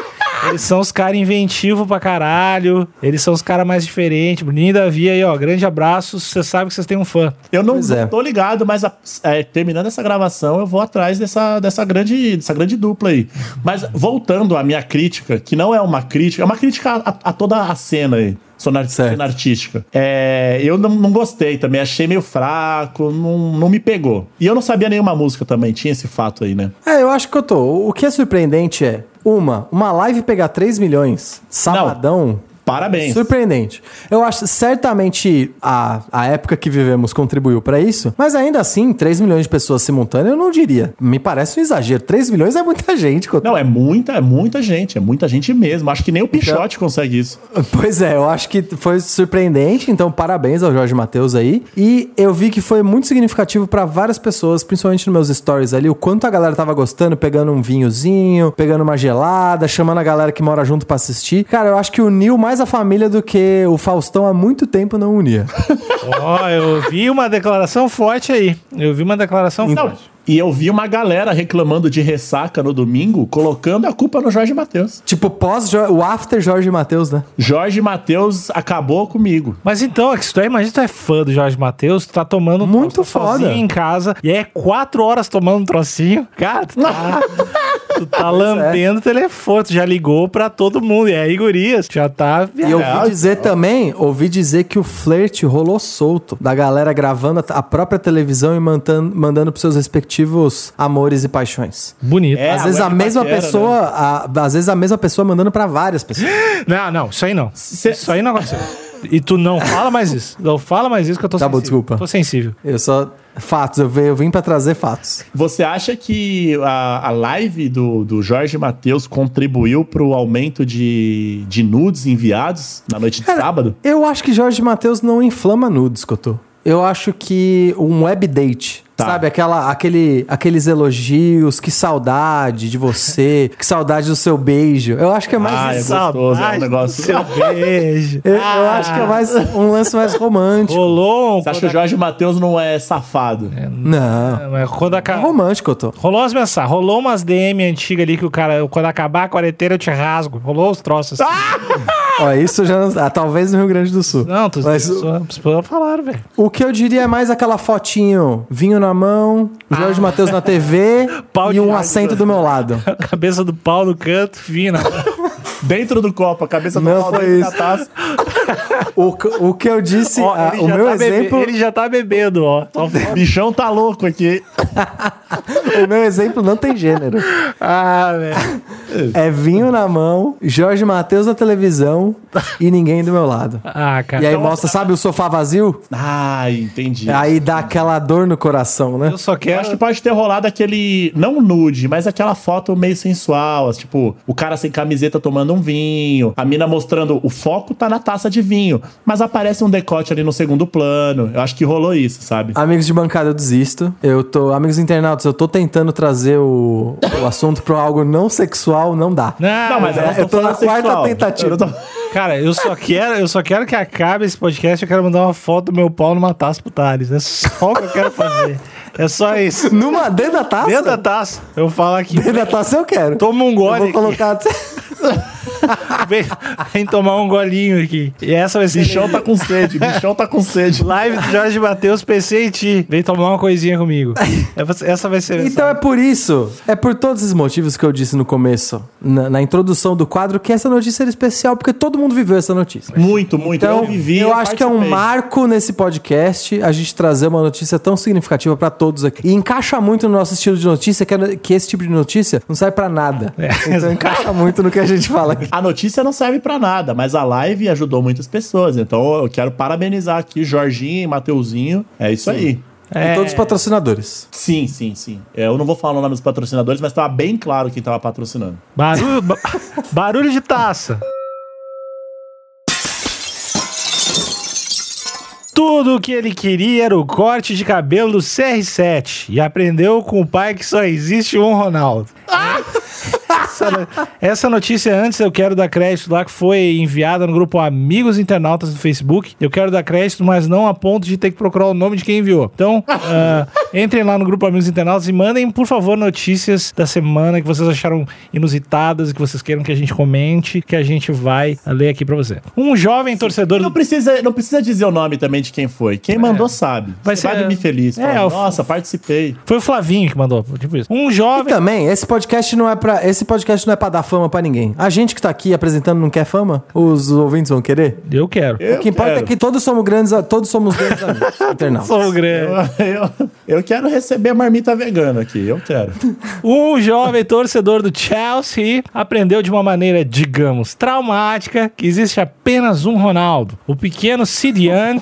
Speaker 2: Eles são os caras inventivos pra caralho. Eles são os caras mais diferentes. Bruninho e Davi aí, ó. Grande abraço. Você sabe que vocês têm um fã.
Speaker 4: Eu não
Speaker 3: Pois é.
Speaker 4: tô ligado, mas a- é, terminando essa gravação, eu vou atrás dessa, dessa, grande, dessa grande dupla aí. Mas voltando à minha crítica, que não é uma crítica, é uma crítica a, a toda a cena aí. Sonar,
Speaker 3: Certo.
Speaker 4: cena artística. É, eu não, não gostei também, achei meio fraco, não, não me pegou. E eu não sabia nenhuma música também, tinha esse fato aí, né?
Speaker 3: É, eu acho que eu tô. O que é surpreendente é, uma, uma live pegar 3 milhões, sabadão.
Speaker 4: Parabéns.
Speaker 3: Surpreendente. Eu acho certamente a, a época que vivemos contribuiu pra isso, mas ainda assim, 3 milhões de pessoas simultâneas, eu não diria. Me parece um exagero. 3 milhões é muita gente. Cotô.
Speaker 4: Não, é muita, é muita gente, é muita gente mesmo. Acho que nem o
Speaker 3: Então-
Speaker 4: Pichote consegue isso.
Speaker 3: Pois é, eu acho que foi surpreendente, então parabéns ao Jorge Matheus aí. E eu vi que foi muito significativo pra várias pessoas, principalmente nos meus stories ali, o quanto a galera tava gostando, pegando um vinhozinho, pegando uma gelada, chamando a galera que mora junto pra assistir. Cara, eu acho que uniu mais a família do que o Faustão há muito tempo não unia.
Speaker 2: Ó, eu vi uma declaração forte aí. Eu vi uma declaração
Speaker 3: Então
Speaker 4: Não,
Speaker 2: forte.
Speaker 4: e eu vi uma galera reclamando de ressaca no domingo, colocando a culpa no Jorge Matheus.
Speaker 3: tipo, pós Jo- o after Jorge Matheus, né?
Speaker 4: Jorge Matheus acabou comigo.
Speaker 2: Mas então, é que se tu é, imagina se tu é fã do Jorge Matheus, tu tá tomando um
Speaker 3: Muito
Speaker 2: troço
Speaker 3: foda.
Speaker 2: sozinho em casa, e aí é quatro horas tomando um trocinho. Cara, tu tá, tu tá lambendo o telefone, tu já ligou pra todo mundo. E aí, gurias, já tá...
Speaker 3: E eu ouvi
Speaker 4: Caralho.
Speaker 3: dizer também, ouvi dizer que o flerte rolou solto, da galera gravando a- a própria televisão e mandando, mandando pros seus respectivos amores e paixões.
Speaker 2: Bonito.
Speaker 4: É,
Speaker 3: às vezes
Speaker 4: a
Speaker 3: a
Speaker 4: web
Speaker 3: mesma
Speaker 4: paquera,
Speaker 3: pessoa, a- às vezes a mesma pessoa mandando pra várias pessoas.
Speaker 2: Não, não, isso aí não.
Speaker 4: Cê-
Speaker 2: Isso aí não aconteceu. E tu não fala mais isso. Não fala mais isso que eu tô
Speaker 3: Tá bom,
Speaker 2: sensível.
Speaker 3: desculpa.
Speaker 2: Tô sensível.
Speaker 3: Eu só fatos, eu, ve- eu vim pra trazer fatos.
Speaker 4: Você acha que a, a live do, do Jorge Matheus contribuiu pro aumento de, de nudes enviados na noite de sábado?
Speaker 3: Eu acho que Jorge Matheus não inflama nudes, Cotô. Eu acho que um web date,
Speaker 4: Tá.
Speaker 3: sabe? Aquela, aquele, aqueles elogios, que saudade de você, que saudade do seu beijo. Eu acho que é mais
Speaker 4: Ah,
Speaker 3: isso.
Speaker 4: é gostoso, é um
Speaker 2: Saudade
Speaker 4: negócio.
Speaker 2: do Seu beijo.
Speaker 3: Eu, eu
Speaker 4: Ah.
Speaker 3: acho que é mais um lance mais romântico.
Speaker 2: Rolou um...
Speaker 4: Você acha que o Jorge Matheus não é safado?
Speaker 3: Não.
Speaker 2: Quando a...
Speaker 3: É romântico, eu tô.
Speaker 2: Rolou as mensagens, rolou umas DM antigas ali que o cara, quando acabar a quarentena eu te rasgo. Rolou os troços. assim.
Speaker 3: Ó, isso já não. Ah, talvez no Rio Grande do Sul.
Speaker 2: Não, tu,
Speaker 3: Mas
Speaker 2: as pessoas as pessoas falaram, velho.
Speaker 3: O que eu diria é mais aquela fotinho, vinho na mão, Jorge Matheus na TV
Speaker 2: Ah. Pau
Speaker 3: e
Speaker 2: de
Speaker 3: um
Speaker 2: água.
Speaker 3: assento do meu lado.
Speaker 2: Cabeça do pau no canto, fina.
Speaker 4: Dentro do copo, a cabeça do tá
Speaker 3: Não
Speaker 4: pau
Speaker 3: foi
Speaker 4: dentro da
Speaker 3: isso.
Speaker 4: taça.
Speaker 3: O, que- o que eu disse,
Speaker 2: Ó,
Speaker 3: ah,
Speaker 2: ele
Speaker 3: o
Speaker 2: já
Speaker 3: meu
Speaker 2: tá bebe-
Speaker 3: exemplo,
Speaker 2: Ele já tá bebendo, ó. Só fala.
Speaker 4: Bichão tá louco aqui.
Speaker 3: o meu exemplo não tem gênero.
Speaker 2: ah, velho.
Speaker 3: É vinho na mão, Jorge Matheus na televisão e ninguém do meu lado.
Speaker 2: Ah,
Speaker 3: E
Speaker 2: cara.
Speaker 3: aí mostra, sabe, o sofá vazio?
Speaker 4: Ah, entendi.
Speaker 3: Aí dá aquela dor no coração, né?
Speaker 2: eu só
Speaker 4: Eu acho que
Speaker 2: quero.
Speaker 4: pode ter rolado aquele, não nude, mas aquela foto meio sensual, assim, tipo, o cara sem camiseta tomando um vinho, a mina mostrando, o foco tá na taça de vinho, mas aparece um decote ali no segundo plano. Eu acho que rolou isso, sabe?
Speaker 3: Amigos de bancada, eu desisto. Eu tô. Amigos internautas, eu tô tentando trazer o, o assunto pra algo não sexual, não dá.
Speaker 2: Não, mas
Speaker 3: é-
Speaker 4: elas
Speaker 3: eu
Speaker 4: tão
Speaker 3: tô na
Speaker 4: falando
Speaker 3: quarta
Speaker 4: sexual.
Speaker 3: tentativa.
Speaker 4: Eu não tô-
Speaker 2: cara, eu só quero, eu só quero que acabe esse podcast. Eu quero mandar uma foto do meu pau numa taça pro Thales. É só o que eu quero fazer. É só isso.
Speaker 3: Numa dentro da taça?
Speaker 2: Dentro da taça, eu falo aqui.
Speaker 3: Dentro da taça eu quero.
Speaker 2: Toma um
Speaker 3: eu
Speaker 2: gole.
Speaker 3: vou
Speaker 2: aqui.
Speaker 3: colocar.
Speaker 2: Vem, vem tomar um golinho aqui. E essa vai ser
Speaker 4: Bichão tá com sede, bichão tá com sede.
Speaker 2: live do Jorge Matheus, PC em ti. Vem tomar uma coisinha comigo. Essa- Essa vai ser.
Speaker 3: Então é por isso. É por todos esses motivos que eu disse no começo, na, na introdução do quadro, que essa notícia era especial, porque todo mundo viveu essa notícia.
Speaker 4: Muito, muito.
Speaker 3: Então,
Speaker 4: eu vivi.
Speaker 3: eu acho que é um
Speaker 4: participei.
Speaker 3: marco nesse podcast a gente trazer uma notícia tão significativa pra todos aqui. E encaixa muito no nosso estilo de notícia, que, é- que esse tipo de notícia não sai pra nada. Então encaixa muito no que a gente fala aqui.
Speaker 4: A notícia notícia não serve pra nada, mas a live ajudou muitas pessoas. Então eu quero parabenizar aqui Jorginho e Mateuzinho. É isso aí.
Speaker 3: E todos os patrocinadores.
Speaker 4: Sim, sim, sim. É, Eu não vou falar o nome dos patrocinadores, mas tava bem claro quem tava patrocinando.
Speaker 2: Barulho, ba- barulho de taça. Tudo o que ele queria era o corte de cabelo do CR7 e aprendeu com o pai que só existe um Ronaldo. Essa, no- essa notícia antes eu quero dar crédito lá que foi enviada no grupo Amigos Internautas do Facebook. Eu quero dar crédito, mas não a ponto de ter que procurar o nome de quem enviou. Então, ah, entrem lá no grupo Amigos Internautas e mandem, por favor, notícias da semana que vocês acharam inusitadas e que vocês queiram que a gente comente, que a gente vai ler aqui pra você. Um jovem torcedor
Speaker 4: Não
Speaker 2: do
Speaker 4: precisa, não precisa dizer o nome também de quem foi.
Speaker 3: É.
Speaker 4: Quem mandou sabe.
Speaker 2: Vai
Speaker 4: Vai,
Speaker 2: ser-
Speaker 4: vai dormir feliz.
Speaker 2: É,
Speaker 4: Fala,
Speaker 2: o-
Speaker 4: Nossa, participei.
Speaker 2: foi o Flavinho que mandou, tipo isso. Um
Speaker 3: E
Speaker 2: jovem
Speaker 3: também, esse podcast não é para esse podcast não é para dar fama pra ninguém. A gente que tá aqui apresentando não quer fama? Os ouvintes vão querer?
Speaker 2: Então, Eu quero.
Speaker 4: Eu
Speaker 3: o que importa
Speaker 4: quero.
Speaker 3: é que todos somos grandes, a- todos somos grandes amigos, internautas.
Speaker 2: Sou o Grêmio.
Speaker 4: Eu, eu quero receber a marmita vegana aqui, eu quero.
Speaker 2: Um jovem torcedor do Chelsea aprendeu de uma maneira, digamos, traumática, que existe apenas um Ronaldo. O pequeno Sid Young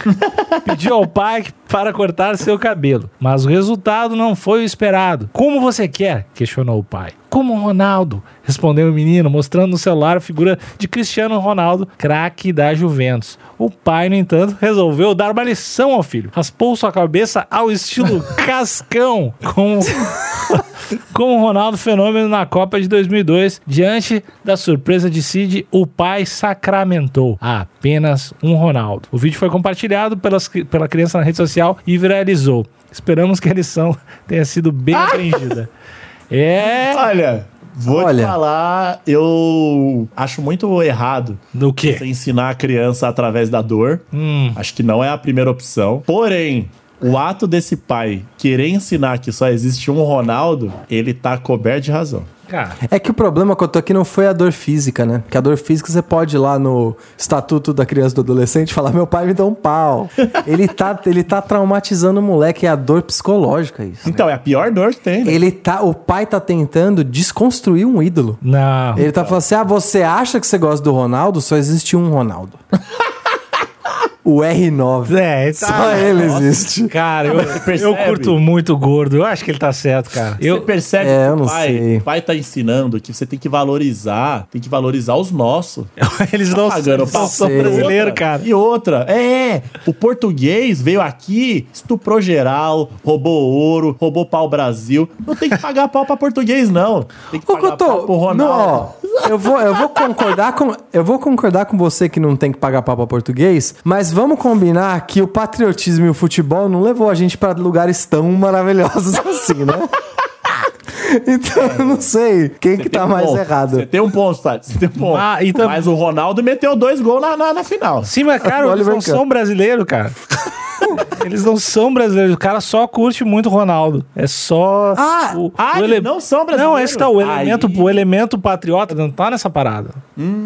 Speaker 2: pediu ao pai que- para cortar seu cabelo, mas o resultado não foi o esperado. Como você quer? questionou o pai. Como Ronaldo, respondeu o menino, mostrando no celular a figura de Cristiano Ronaldo, craque da Juventus. O pai, no entanto, resolveu dar uma lição ao filho. Raspou sua cabeça ao estilo cascão, como com o Ronaldo Fenômeno na Copa de 2002. Diante da surpresa de Cid, o pai sacramentou a apenas um Ronaldo. O vídeo foi compartilhado pelas, cri- pela criança na rede social e viralizou. Esperamos que a lição tenha sido bem aprendida. É.
Speaker 4: Olha, vou
Speaker 3: Olha.
Speaker 4: te falar, eu acho muito errado
Speaker 2: Do quê?
Speaker 4: você ensinar a criança através da dor.
Speaker 2: É. Hum.
Speaker 4: Acho que não é a primeira opção. Porém, o ato desse pai querer ensinar que só existe um Ronaldo, ele tá coberto de razão.
Speaker 2: Cara.
Speaker 3: É que o problema que eu tô aqui não foi a dor física, né? Porque a dor física você pode ir lá no Estatuto da Criança e do Adolescente e falar: meu pai me deu um pau. ele, tá, ele tá traumatizando o moleque, é a dor psicológica isso.
Speaker 4: Então, é a pior dor que tem, né?
Speaker 3: Ele tá, o pai tá tentando desconstruir um ídolo.
Speaker 2: Não.
Speaker 3: Ele tá falando assim: ah, você acha que você gosta do Ronaldo? Só existe um Ronaldo. o R9.
Speaker 2: É, tá-
Speaker 3: Só
Speaker 4: né?
Speaker 3: ele existe.
Speaker 2: Cara, eu,
Speaker 4: você percebe?
Speaker 2: eu curto muito o gordo. Eu acho que ele tá certo, cara.
Speaker 4: Você
Speaker 2: Eu,
Speaker 4: percebe
Speaker 3: É, eu
Speaker 4: que
Speaker 3: não
Speaker 4: o pai,
Speaker 3: sei.
Speaker 4: o pai tá ensinando que você tem que valorizar, tem que valorizar os nossos.
Speaker 2: eles não,
Speaker 4: pagando
Speaker 2: eles não
Speaker 4: pau.
Speaker 2: são
Speaker 4: E outra,
Speaker 2: brasileiros, cara.
Speaker 4: E outra, é, é, o português veio aqui, estuprou geral, roubou ouro, roubou pau Brasil. Não tem que pagar pau pra português, não. Tem que
Speaker 3: Ô,
Speaker 4: pagar pau
Speaker 3: Cotô,
Speaker 4: pro
Speaker 3: não,
Speaker 4: Ronaldo.
Speaker 3: ó, eu vou, eu vou concordar com eu vou concordar com você que não tem que pagar papo a português, mas vamos combinar que o patriotismo e o futebol não levou a gente pra lugares tão maravilhosos assim, né? Então, eu não sei quem que
Speaker 4: Tem
Speaker 3: tá
Speaker 4: um
Speaker 3: mais
Speaker 4: ponto. Você
Speaker 3: errado.
Speaker 4: tem um ponto, Tati. Você tem um ponto.
Speaker 2: Ah, e tam-
Speaker 4: Mas o Ronaldo meteu dois gols na, na, na final.
Speaker 2: Sim, mas cara, eles
Speaker 3: Oliver
Speaker 2: não
Speaker 3: Kahn.
Speaker 2: são brasileiros, cara. Eles não são brasileiros. O cara só curte muito o Ronaldo. É só.
Speaker 3: Ah,
Speaker 2: o,
Speaker 4: ah,
Speaker 2: o
Speaker 4: eles não são brasileiros?
Speaker 2: Não, esse tá o elemento,
Speaker 4: Aí-
Speaker 2: o elemento patriota não tá nessa parada.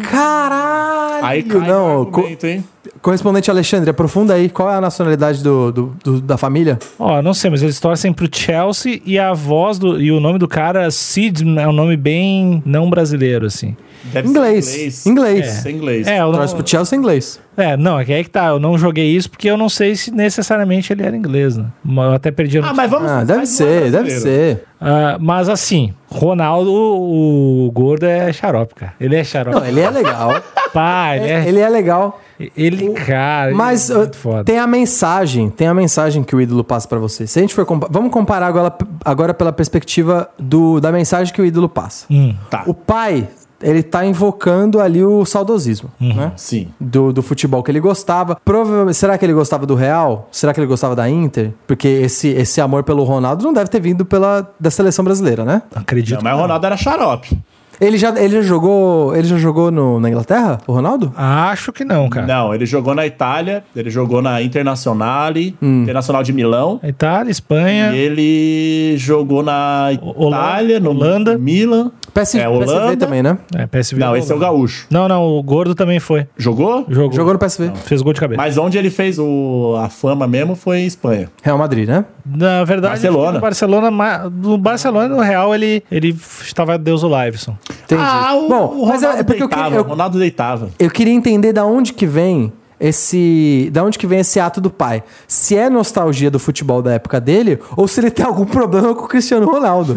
Speaker 3: Caralho!
Speaker 4: Aí cai
Speaker 3: não,
Speaker 4: o
Speaker 3: co-
Speaker 4: argumento, hein?
Speaker 3: correspondente Alexandre, aprofunda aí, qual é a nacionalidade do, do- do- da família?
Speaker 2: Ó, não sei, mas eles torcem pro Chelsea e a voz do. E o nome do cara, Sid, é um nome bem não brasileiro, assim.
Speaker 4: Deve ser
Speaker 3: Inglês. Inglês.
Speaker 4: Ser inglês.
Speaker 2: É, eu não,
Speaker 3: Torce pro Chelsea em inglês.
Speaker 2: é, não, é que aí que tá. Eu não joguei isso porque eu não sei se necessariamente ele era inglês, né? Eu até perdi a
Speaker 4: Ah, mas vamos.
Speaker 3: Ah,
Speaker 4: mas não é
Speaker 3: deve ser, deve
Speaker 4: brasileiro.
Speaker 3: ser.
Speaker 2: Ah, mas assim, Ronaldo, o, o gordo é xarope, cara. Ele é xarope.
Speaker 3: Não, ele é legal.
Speaker 2: Pá, ele é.
Speaker 3: ele é legal.
Speaker 2: Ele, cara.
Speaker 3: Mas
Speaker 2: ele é
Speaker 3: uh,
Speaker 2: muito foda.
Speaker 3: tem a mensagem, tem a mensagem que o ídolo passa pra você. Se a gente for compa- vamos comparar agora, agora pela perspectiva do, da mensagem que o ídolo passa.
Speaker 2: Hum.
Speaker 4: Tá.
Speaker 3: O pai, ele tá invocando ali o saudosismo,
Speaker 2: Uhum.
Speaker 3: né?
Speaker 4: Sim.
Speaker 3: Do, do futebol que ele gostava. Provavelmente, será que ele gostava do Real? Será que ele gostava da Inter? Porque esse, esse amor pelo Ronaldo não deve ter vindo pela da seleção brasileira, né?
Speaker 2: Acredito.
Speaker 4: Não, mas é o Ronaldo era xarope.
Speaker 3: Ele já, ele já jogou, ele já jogou no, na Inglaterra, o Ronaldo?
Speaker 2: Acho que não,
Speaker 3: É.
Speaker 2: cara.
Speaker 4: Não, ele jogou na Itália, ele jogou na Internazionale,
Speaker 3: Hum.
Speaker 4: Internacional de Milão.
Speaker 2: Itália,
Speaker 3: É.
Speaker 2: Espanha.
Speaker 4: E ele jogou na
Speaker 2: O- Hola-
Speaker 4: Itália, no
Speaker 2: Holanda.
Speaker 4: Milan.
Speaker 3: PSV,
Speaker 4: É, Holanda.
Speaker 3: PSV também, né?
Speaker 2: É, PSV.
Speaker 4: Não, esse é o Gaúcho.
Speaker 2: Não, não, o gordo também foi.
Speaker 4: Jogou?
Speaker 2: Jogou.
Speaker 3: Jogou no PSV.
Speaker 2: Fez gol de cabeça.
Speaker 4: Mas onde ele fez o- a fama mesmo foi em Espanha.
Speaker 3: Real Madrid, né?
Speaker 2: Na verdade,
Speaker 4: Barcelona.
Speaker 2: No Barcelona, ma- no Barcelona, no Real, ele, ele estava Deus o Liveson.
Speaker 3: Entendi.
Speaker 4: Ah, o,
Speaker 3: Bom,
Speaker 4: o Ronaldo
Speaker 3: mas é, é porque eu
Speaker 4: deitava.
Speaker 3: queria- eu-
Speaker 4: O Ronaldo deitava.
Speaker 3: Eu queria entender da onde que vem esse, da onde que vem esse ato do pai. Se é nostalgia do futebol da época dele ou se ele tem algum problema com o Cristiano Ronaldo.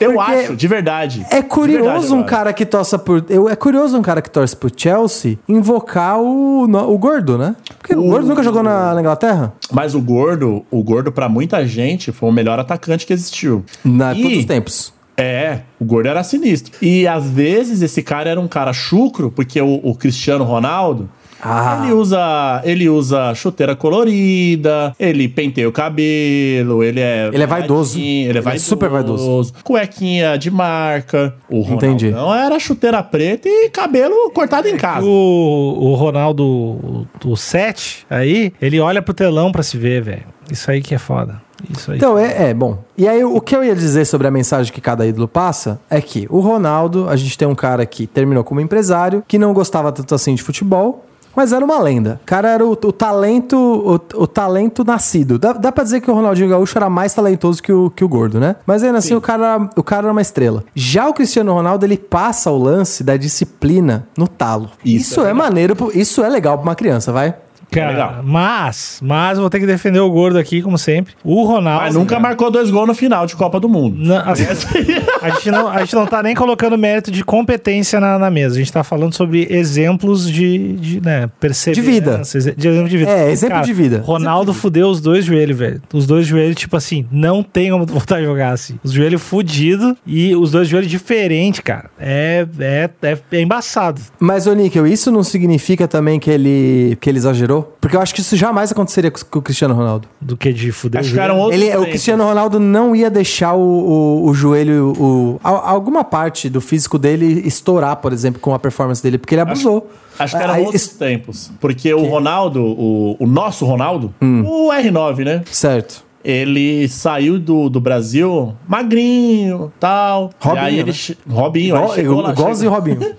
Speaker 4: Eu
Speaker 3: Porque-
Speaker 4: acho, de verdade.
Speaker 3: É
Speaker 4: De verdade,
Speaker 3: curioso um
Speaker 4: eu acho.
Speaker 3: cara que torce por, eu, é curioso um cara que torce pro Chelsea invocar o, no- o gordo, né? Porque o,
Speaker 4: O-
Speaker 3: gordo nunca jogou na, na Inglaterra?
Speaker 4: Mas o Gordo, o Gordo pra muita gente foi o melhor atacante que existiu.
Speaker 3: Na
Speaker 4: E-
Speaker 3: todos os tempos.
Speaker 4: É, o Gordo era sinistro. E às vezes esse cara era um cara chucro, porque o, o Cristiano Ronaldo,
Speaker 3: Ah.
Speaker 4: ele usa, ele usa chuteira colorida, ele penteia o cabelo, ele é
Speaker 3: Ele é vaidoso.
Speaker 4: malhadinho, ele é
Speaker 3: Ele é
Speaker 4: vaidoso,
Speaker 3: super vaidoso.
Speaker 4: Cuequinha de marca. O
Speaker 3: Entendi.
Speaker 4: Ronaldo não era chuteira preta e cabelo cortado em casa.
Speaker 3: É,
Speaker 2: O, o Ronaldo, o- o 7, aí, ele olha pro telão pra se ver, velho. Isso aí que é foda. Isso aí.
Speaker 3: Então, é, é, bom. E aí, o que eu ia dizer sobre a mensagem que cada ídolo passa é que o Ronaldo, a gente tem um cara que terminou como empresário, que não gostava tanto assim de futebol. Mas era uma lenda. O cara era o, o talento o, o talento nascido. Dá, dá pra dizer que o Ronaldinho Gaúcho era mais talentoso que o, que o gordo, né? Mas ainda assim, o cara, o cara era uma estrela. Já o Cristiano Ronaldo, ele passa o lance da disciplina no talo. Isso,
Speaker 4: Isso é
Speaker 3: é,
Speaker 4: legal.
Speaker 3: maneiro, pro- isso é legal pra uma criança, vai?
Speaker 2: Cara,
Speaker 4: É legal.
Speaker 2: mas, mas vou ter que defender o gordo aqui, como sempre. O Ronaldo.
Speaker 4: Mas nunca
Speaker 2: cara,
Speaker 4: marcou dois gols no final de Copa do Mundo.
Speaker 2: não- assim, a, gente não, a gente não tá nem colocando mérito de competência na, na mesa. A gente tá falando sobre exemplos de, de né, perseverança, exe- De exemplo de vida.
Speaker 3: É, exemplo de vida.
Speaker 2: Ronaldo fudeu os dois joelhos, velho. Os dois joelhos, tipo assim, não tem como tu voltar a jogar assim. Os joelhos fudidos e os dois joelhos diferentes, cara. É, é, é, é embaçado.
Speaker 3: Mas, ô Níquel, isso não significa também que ele, que ele exagerou? Porque eu acho que isso jamais aconteceria com, com o Cristiano Ronaldo.
Speaker 2: Do que de fuder
Speaker 4: Acho
Speaker 2: o
Speaker 4: que um
Speaker 2: joelho.
Speaker 4: eram outros
Speaker 3: Ele, o
Speaker 4: tempos.
Speaker 3: Cristiano Ronaldo não ia deixar o, o, o joelho, o, a- alguma parte do físico dele estourar, por exemplo, com a performance dele, porque ele abusou.
Speaker 4: Acho que eram
Speaker 3: Aí,
Speaker 4: outros
Speaker 3: isso-
Speaker 4: tempos. Porque o Ronaldo, o, o nosso Ronaldo,
Speaker 3: Hum.
Speaker 4: o R9, né?
Speaker 3: Certo.
Speaker 4: Ele saiu do, do Brasil magrinho, tal.
Speaker 3: Robinho,
Speaker 4: e aí ele
Speaker 3: né?
Speaker 4: che- Robinho, aí
Speaker 3: Igual,
Speaker 4: chegou, lá,
Speaker 3: igualzinho o
Speaker 4: chegou,
Speaker 3: Robinho.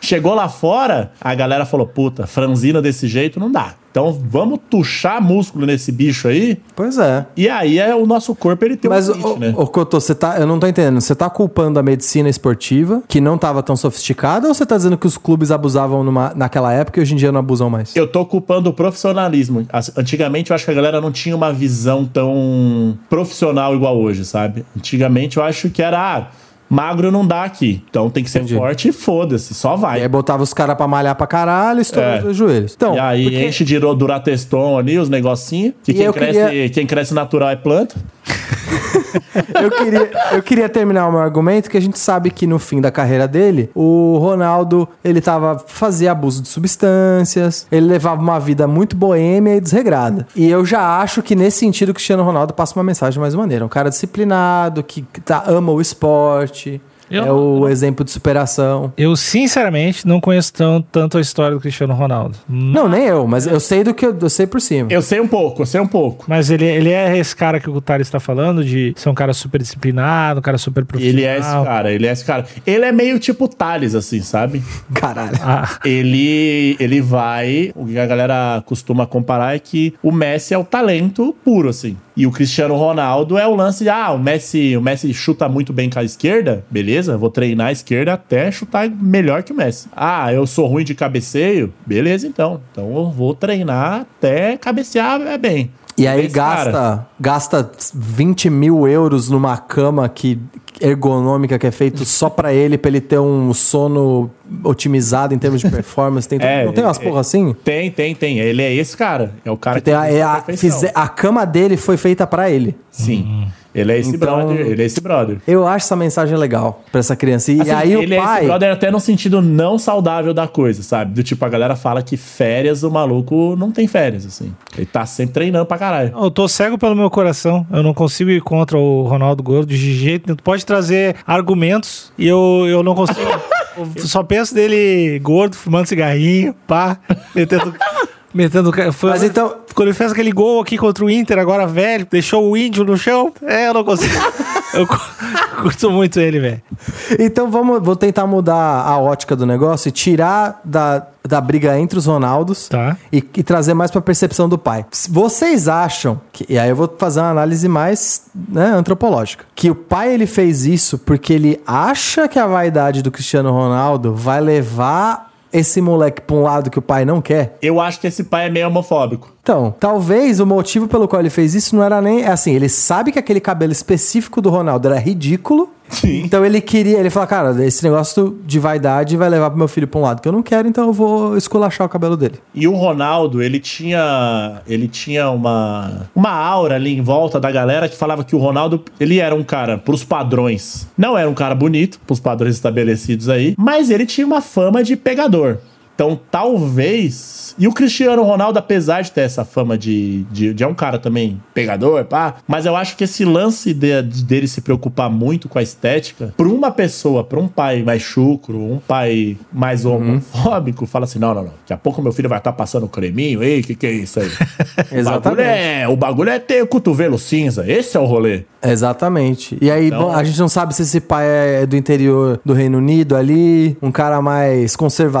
Speaker 4: chegou lá fora, a galera falou, puta, franzina desse jeito não dá. Então vamos tuchar músculo nesse bicho aí.
Speaker 3: pois é.
Speaker 4: E aí é o nosso corpo, ele tem
Speaker 3: Mas,
Speaker 4: um limite,
Speaker 3: ô,
Speaker 4: né?
Speaker 3: ô, Cotô, você tá, eu não tô entendendo. Você tá culpando a medicina esportiva, que não tava tão sofisticada, ou você tá dizendo que os clubes abusavam numa- naquela época e hoje em dia não abusam mais?
Speaker 4: Eu tô culpando o profissionalismo. As- Antigamente eu acho que a galera não tinha uma visão tão profissional igual hoje, sabe? Antigamente eu acho que era, ah, magro não dá aqui. Então tem que ser
Speaker 3: Entendi.
Speaker 4: forte e foda-se, só
Speaker 3: E
Speaker 4: vai.
Speaker 3: aí botava os caras pra malhar pra caralho e estourou
Speaker 4: É.
Speaker 3: os dois joelhos. Então,
Speaker 4: e aí
Speaker 3: porque-
Speaker 4: enche de ro- durateston ali, os negocinhos. Que
Speaker 3: E
Speaker 4: quem
Speaker 3: eu
Speaker 4: cresce,
Speaker 3: queria-
Speaker 4: quem cresce natural é planta.
Speaker 3: eu, queria, eu queria terminar o meu argumento que a gente sabe que no fim da carreira dele, o Ronaldo, ele tava fazia abuso de substâncias, ele levava uma vida muito boêmia e desregrada. E eu já acho que nesse sentido o Cristiano Ronaldo passa uma mensagem mais maneira. Um cara disciplinado, que tá- ama o esporte,
Speaker 2: Eu
Speaker 3: é
Speaker 2: não-
Speaker 3: o exemplo de superação.
Speaker 2: Eu, sinceramente, não conheço tão, tanto a história do Cristiano Ronaldo.
Speaker 3: Não, nem eu, mas eu sei do que eu, eu sei por cima.
Speaker 4: Eu sei um pouco, eu sei um pouco.
Speaker 2: Mas ele, ele é esse cara que o Thales está falando, de ser um cara super disciplinado, um cara super profissional.
Speaker 4: Ele é esse cara, ele é esse cara. Ele é meio tipo Thales, assim, sabe?
Speaker 3: Caralho.
Speaker 2: Ah,
Speaker 4: ele, ele vai. O que a galera costuma comparar é que o Messi é o talento puro, assim. E o Cristiano Ronaldo é o lance de, ah, o Messi, o Messi chuta muito bem com a esquerda, beleza? Vou treinar a esquerda até chutar melhor que o Messi. Ah, eu sou ruim de cabeceio, beleza então. Então eu vou treinar até cabecear é bem.
Speaker 3: E aí
Speaker 4: Esse cara-
Speaker 3: gasta, gasta 20 mil euros numa cama que ergonômica que é feito só pra ele, pra ele ter um sono otimizado em termos de performance. Tem tudo-
Speaker 4: É,
Speaker 3: não tem umas
Speaker 4: é,
Speaker 3: porra assim?
Speaker 4: Tem, tem, tem. Ele é esse cara. É o cara
Speaker 3: Que tem a, é a,
Speaker 4: perfeição.
Speaker 3: fize- a cama dele foi feita pra ele.
Speaker 4: Sim. Ele é esse
Speaker 3: Então-
Speaker 4: brother. Ele é esse brother.
Speaker 3: Eu acho essa mensagem legal pra essa criança. E
Speaker 4: Assim,
Speaker 3: aí o
Speaker 4: ele é
Speaker 3: pai.
Speaker 4: esse brother até no sentido não saudável da coisa, sabe? Do tipo, a galera fala que férias, o maluco não tem férias, assim. Ele tá sempre treinando pra caralho.
Speaker 2: eu tô cego pelo meu coração. Eu não consigo ir contra o Ronaldo Gordo de jeito nenhum. Tu Pode trazer argumentos e eu, eu não consigo. eu só penso dele gordo, fumando cigarrinho, pá, metendo. Metendo o ca- foi-
Speaker 3: Mas então-
Speaker 2: Quando ele fez aquele gol aqui contra o Inter, agora velho, deixou o índio no chão. É, eu não consigo. eu co- curto muito ele, velho.
Speaker 3: Então vamos, vou tentar mudar a ótica do negócio e tirar da, da briga entre os Ronaldos
Speaker 2: Tá.
Speaker 3: e, e trazer mais pra percepção do pai. Se Vocês acham que, e aí eu vou fazer uma análise mais né, antropológica, que o pai ele fez isso porque ele acha que a vaidade do Cristiano Ronaldo vai levar esse moleque pra um lado que o pai não quer?
Speaker 4: Eu acho que esse pai é meio homofóbico.
Speaker 3: Então, talvez o motivo pelo qual ele fez isso não era nem. é Assim, ele sabe que aquele cabelo específico do Ronaldo era ridículo.
Speaker 4: Sim.
Speaker 3: Então ele queria. Ele fala, cara, esse negócio de vaidade vai levar pro meu filho pra um lado que eu não quero, então eu vou esculachar o cabelo dele.
Speaker 4: E o Ronaldo, ele tinha, ele tinha uma, uma aura ali em volta da galera que falava que o Ronaldo, ele era um cara pros padrões. Não era um cara bonito, pros padrões estabelecidos aí, mas ele tinha uma fama de pegador. Então, talvez. E o Cristiano Ronaldo, apesar de ter essa fama de, de, de é um cara também pegador, pá. Mas eu acho que esse lance de- de- dele se preocupar muito com a estética, pra uma pessoa, pra um pai mais chucro, um pai mais
Speaker 3: Uhum.
Speaker 4: homofóbico, fala assim: não, não, não. Daqui a pouco meu filho vai estar passando creminho, ei, que que é isso aí? O bagulho é, o bagulho é ter cotovelo cinza. Esse é o rolê.
Speaker 3: Exatamente. E aí,
Speaker 4: Então-
Speaker 3: bom, a gente não sabe se esse pai é do interior do Reino Unido ali, um cara mais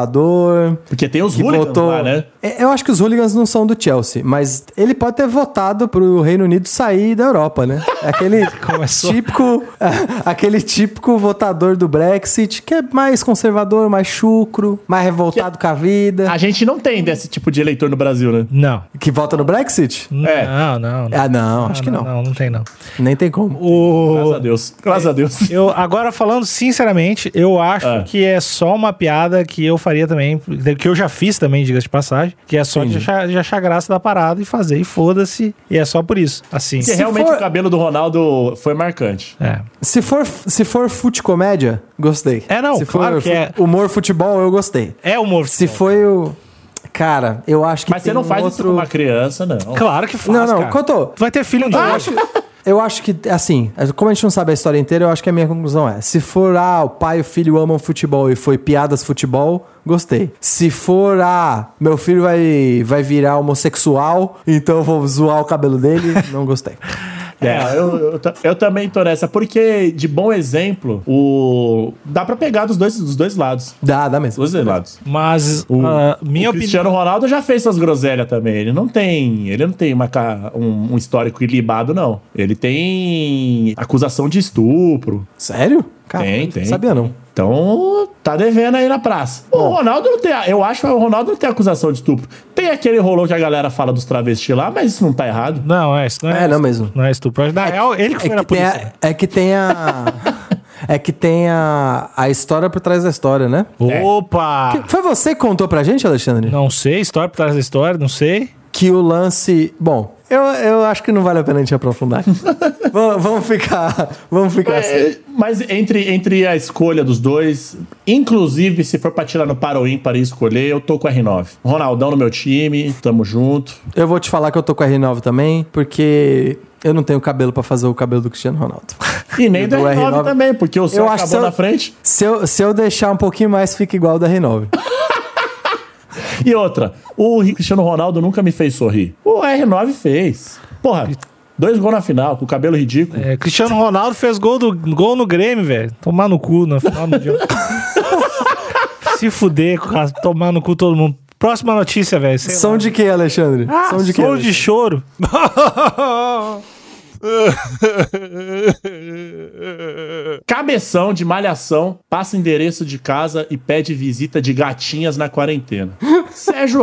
Speaker 3: conservador.
Speaker 4: Porque tem os
Speaker 3: que
Speaker 4: hooligans
Speaker 3: votou.
Speaker 4: lá, né?
Speaker 3: É, Eu acho que os hooligans não são do Chelsea, mas ele pode ter votado pro Reino Unido sair da Europa, né? É Aquele
Speaker 2: Começou.
Speaker 3: típico, aquele típico votador do Brexit que é mais conservador, mais chucro, mais revoltado com a vida.
Speaker 4: A gente não tem desse tipo de eleitor no Brasil, né?
Speaker 2: Não.
Speaker 3: Que vota no Brexit?
Speaker 4: É.
Speaker 2: Não, não. não.
Speaker 3: Ah, não, acho que não.
Speaker 2: Não, não tem não.
Speaker 3: Nem tem como.
Speaker 4: Graças
Speaker 2: O...
Speaker 4: a Deus. Graças a Deus.
Speaker 2: Eu, agora falando sinceramente, eu acho
Speaker 4: Ah.
Speaker 2: que é só uma piada que eu faria também, que eu já fiz também, diga de passagem, que é só de achar, de achar graça da parada e fazer e foda-se, e é só por isso. Assim.
Speaker 4: Porque
Speaker 3: Se
Speaker 4: realmente
Speaker 3: for-
Speaker 4: o cabelo do Ronaldo foi marcante.
Speaker 2: É.
Speaker 3: Se for, se for fute comédia, gostei.
Speaker 2: É, não,
Speaker 3: se for
Speaker 2: claro que
Speaker 3: fu-
Speaker 2: é.
Speaker 3: humor futebol, eu gostei.
Speaker 2: É humor.
Speaker 3: Se foi o Cara, eu acho que
Speaker 4: Mas você
Speaker 3: tem
Speaker 4: não
Speaker 3: um
Speaker 4: faz isso
Speaker 3: outro...
Speaker 4: com uma Ah! criança, não.
Speaker 2: Claro que faz,
Speaker 3: Não, não,
Speaker 2: cara.
Speaker 3: contou.
Speaker 2: Tu vai ter filho um dia.
Speaker 3: Eu acho, eu acho que, assim, como a gente não sabe a história inteira, eu acho que a minha conclusão é: se for, ah, o pai e o filho amam futebol e foi piadas futebol, gostei. Se for, ah, meu filho vai, vai virar homossexual, então eu vou zoar o cabelo dele, não gostei.
Speaker 4: É, eu, eu, ta- eu também tô nessa, porque de bom exemplo, o dá pra pegar dos dois, dos dois lados.
Speaker 3: Dá, dá
Speaker 4: Dos
Speaker 3: mesmo.
Speaker 4: dois lados.
Speaker 2: Mas ah, minha
Speaker 4: o
Speaker 2: opinião.
Speaker 4: Cristiano Ronaldo já fez suas groselhas também. Ele não tem, ele não tem uma ca- um, um histórico ilibado não. Ele tem acusação de estupro.
Speaker 3: Sério? Cara,
Speaker 4: Tem, tem.
Speaker 3: Sabia não.
Speaker 4: Então, tá devendo aí na praça. O Ronaldo não tem. a- Eu acho que o Ronaldo não tem acusação de estupro. Tem aquele rolô que a galera fala dos travestis lá, mas isso não tá errado.
Speaker 2: Não, é, isso não é.
Speaker 3: É, não mesmo.
Speaker 2: Não é estupro. Na real, ele que foi
Speaker 3: É
Speaker 2: na
Speaker 3: que tem
Speaker 2: polícia.
Speaker 3: a, é que tem a. É que tem a, a história por trás da história, né?
Speaker 4: É.
Speaker 2: Opa!
Speaker 3: Foi você que contou pra gente, Alexandre?
Speaker 2: Não sei, história por trás da história, não sei.
Speaker 3: que o lance. Bom, eu, eu acho que não vale a pena a gente aprofundar. vamos, vamos ficar. Vamos ficar assim.
Speaker 4: É, mas entre, entre a escolha dos dois, inclusive se for pra tirar no par ou ímpar e escolher, eu tô com o R9. Ronaldão no meu time, tamo junto.
Speaker 3: Eu vou te falar que eu tô com a R9 também, porque eu não tenho cabelo pra fazer o cabelo do Cristiano Ronaldo.
Speaker 4: E nem do
Speaker 3: do
Speaker 4: R9,
Speaker 3: R9
Speaker 4: também, porque o seu
Speaker 3: Eu acho
Speaker 4: acabou
Speaker 3: que
Speaker 4: na
Speaker 3: se eu-
Speaker 4: frente.
Speaker 3: Se eu, se eu deixar um pouquinho mais, fica igual o da R9.
Speaker 4: E outra, o Cristiano Ronaldo nunca me fez sorrir. O R9 fez. Porra, dois gols na final, com o cabelo ridículo.
Speaker 2: É, Cristiano Ronaldo fez gol, do, gol no Grêmio, velho. Tomar no cu na final do dia. Se fuder, cara, tomar no cu todo mundo. Próxima notícia, velho. sei lá.
Speaker 3: Som de que, Alexandre?
Speaker 2: Ah,
Speaker 3: Som de que?
Speaker 2: som de choro.
Speaker 4: Cabeção de malhação passa endereço de casa e pede visita de gatinhas na quarentena. Sérgio.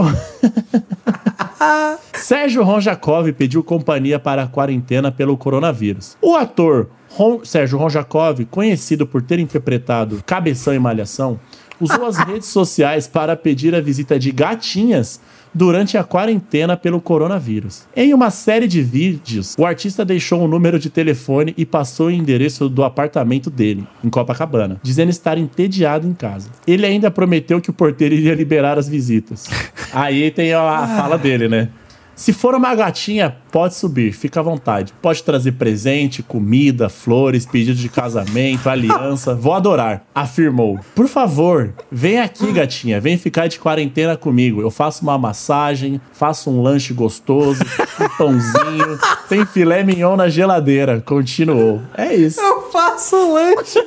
Speaker 4: Sérgio Ronjakov pediu companhia para a quarentena pelo coronavírus. O ator Ron- Sérgio Ronjakov, conhecido por ter interpretado Cabeção e Malhação, usou as redes sociais para pedir a visita de gatinhas durante a quarentena pelo coronavírus. Em uma série de vídeos, o artista deixou o número de telefone e passou o endereço do apartamento dele, em Copacabana, dizendo estar entediado em casa. Ele ainda prometeu que o porteiro iria liberar as visitas. Aí tem a a fala dele, né? Se for uma gatinha, pode subir, fica à vontade. Pode trazer presente, comida, flores, pedido de casamento, aliança. Vou adorar, afirmou. Por favor, vem aqui, gatinha, vem ficar de quarentena comigo. Eu faço uma massagem, faço um lanche gostoso, um pãozinho. Tem filé mignon na geladeira. Continuou. É isso.
Speaker 3: Eu faço lanche.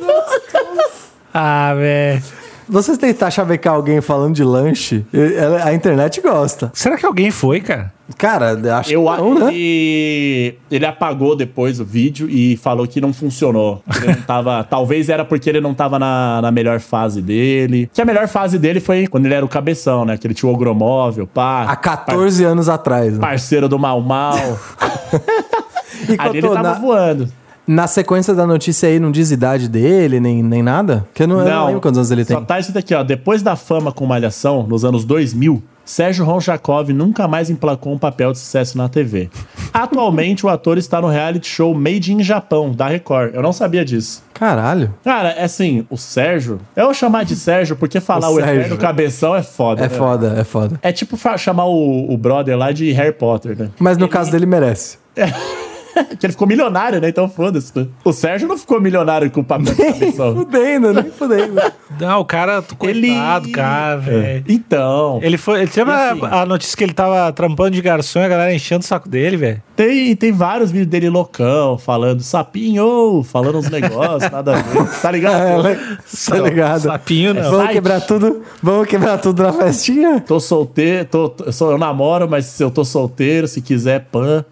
Speaker 2: Ah, velho.
Speaker 3: Vocês tentar chavecar alguém falando de lanche, ela- a internet gosta.
Speaker 2: Será que alguém foi, cara?
Speaker 3: Cara, acho
Speaker 4: Eu
Speaker 3: que não,
Speaker 4: acho
Speaker 3: né?
Speaker 4: que ele apagou depois o vídeo e falou que não funcionou. Que Ele não tava, talvez era porque ele não tava na, na melhor fase dele. Que a melhor fase dele foi quando ele era o cabeção, né? Que ele tinha o ogromóvel, pá.
Speaker 3: Há 14 anos atrás. Né?
Speaker 4: Parceiro do Mal Mal. Ali ele
Speaker 3: Cotô,
Speaker 4: tava
Speaker 3: na,
Speaker 4: voando.
Speaker 3: na sequência da notícia aí não diz idade dele, nem, nem nada? Que eu não, eu não lembro quantos anos ele
Speaker 4: só
Speaker 3: tem.
Speaker 4: tá isso daqui, ó. Depois da fama com Malhação, nos anos 2000, Sérgio Ronchakov nunca mais emplacou um papel de sucesso na TV. Atualmente, o ator está no reality show Made in Japão, da Record. Eu não sabia disso.
Speaker 3: Caralho.
Speaker 4: Cara, é assim, o Sérgio... Eu vou chamar de Sérgio porque falar
Speaker 3: O
Speaker 4: o, eterno
Speaker 3: Sérgio.
Speaker 4: cabeção é foda.
Speaker 3: É
Speaker 4: né?
Speaker 3: foda, é foda.
Speaker 4: É tipo fa- chamar o, o brother lá de Harry Potter, né?
Speaker 3: Mas no caso dele merece.
Speaker 4: Que ele ficou milionário, né? Então foda-se. né? O Sérgio não ficou milionário com o papel de cabeção.
Speaker 3: Fudendo, nem fudendo.
Speaker 2: Não, o cara, coitado,
Speaker 4: Ele- É.
Speaker 2: cara, velho. assim-
Speaker 4: Então,
Speaker 2: É. Ele foi. Ele lembra
Speaker 4: Enfim.
Speaker 2: a notícia que ele tava trampando de garçom e a galera enchendo o saco dele, velho?
Speaker 4: Tem, tem vários vídeos dele loucão, falando sapinho, falando uns negócios, nada a ver. Tá ligado?
Speaker 3: tá ligado?
Speaker 2: Sapinho não.
Speaker 3: Vamos quebrar tudo, vamos quebrar tudo na festinha?
Speaker 4: Tô solteiro, tô, tô- sou, eu namoro, mas se eu tô solteiro, se quiser, pan.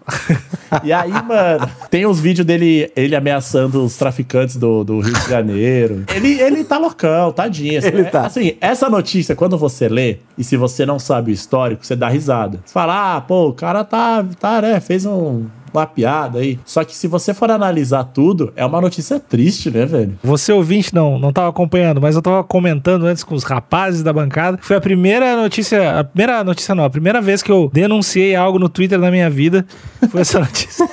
Speaker 4: E aí, mano, tem uns vídeos dele ele ameaçando os traficantes do, do Rio de Janeiro. Ele, ele tá loucão, tadinho. Assim,
Speaker 3: Ele
Speaker 4: É-
Speaker 3: tá.
Speaker 4: assim, essa notícia, quando você lê, e se você não sabe o histórico, você dá risada. Você fala, ah, pô, o cara tá, tá né, fez um, uma piada aí. Só que se você for analisar tudo, é uma notícia triste, né, velho?
Speaker 2: Você ouvinte não, não tava acompanhando, mas eu tava comentando antes com os rapazes da bancada. Foi a primeira notícia, a primeira notícia não, a primeira vez que eu denunciei algo no Twitter na minha vida foi essa notícia.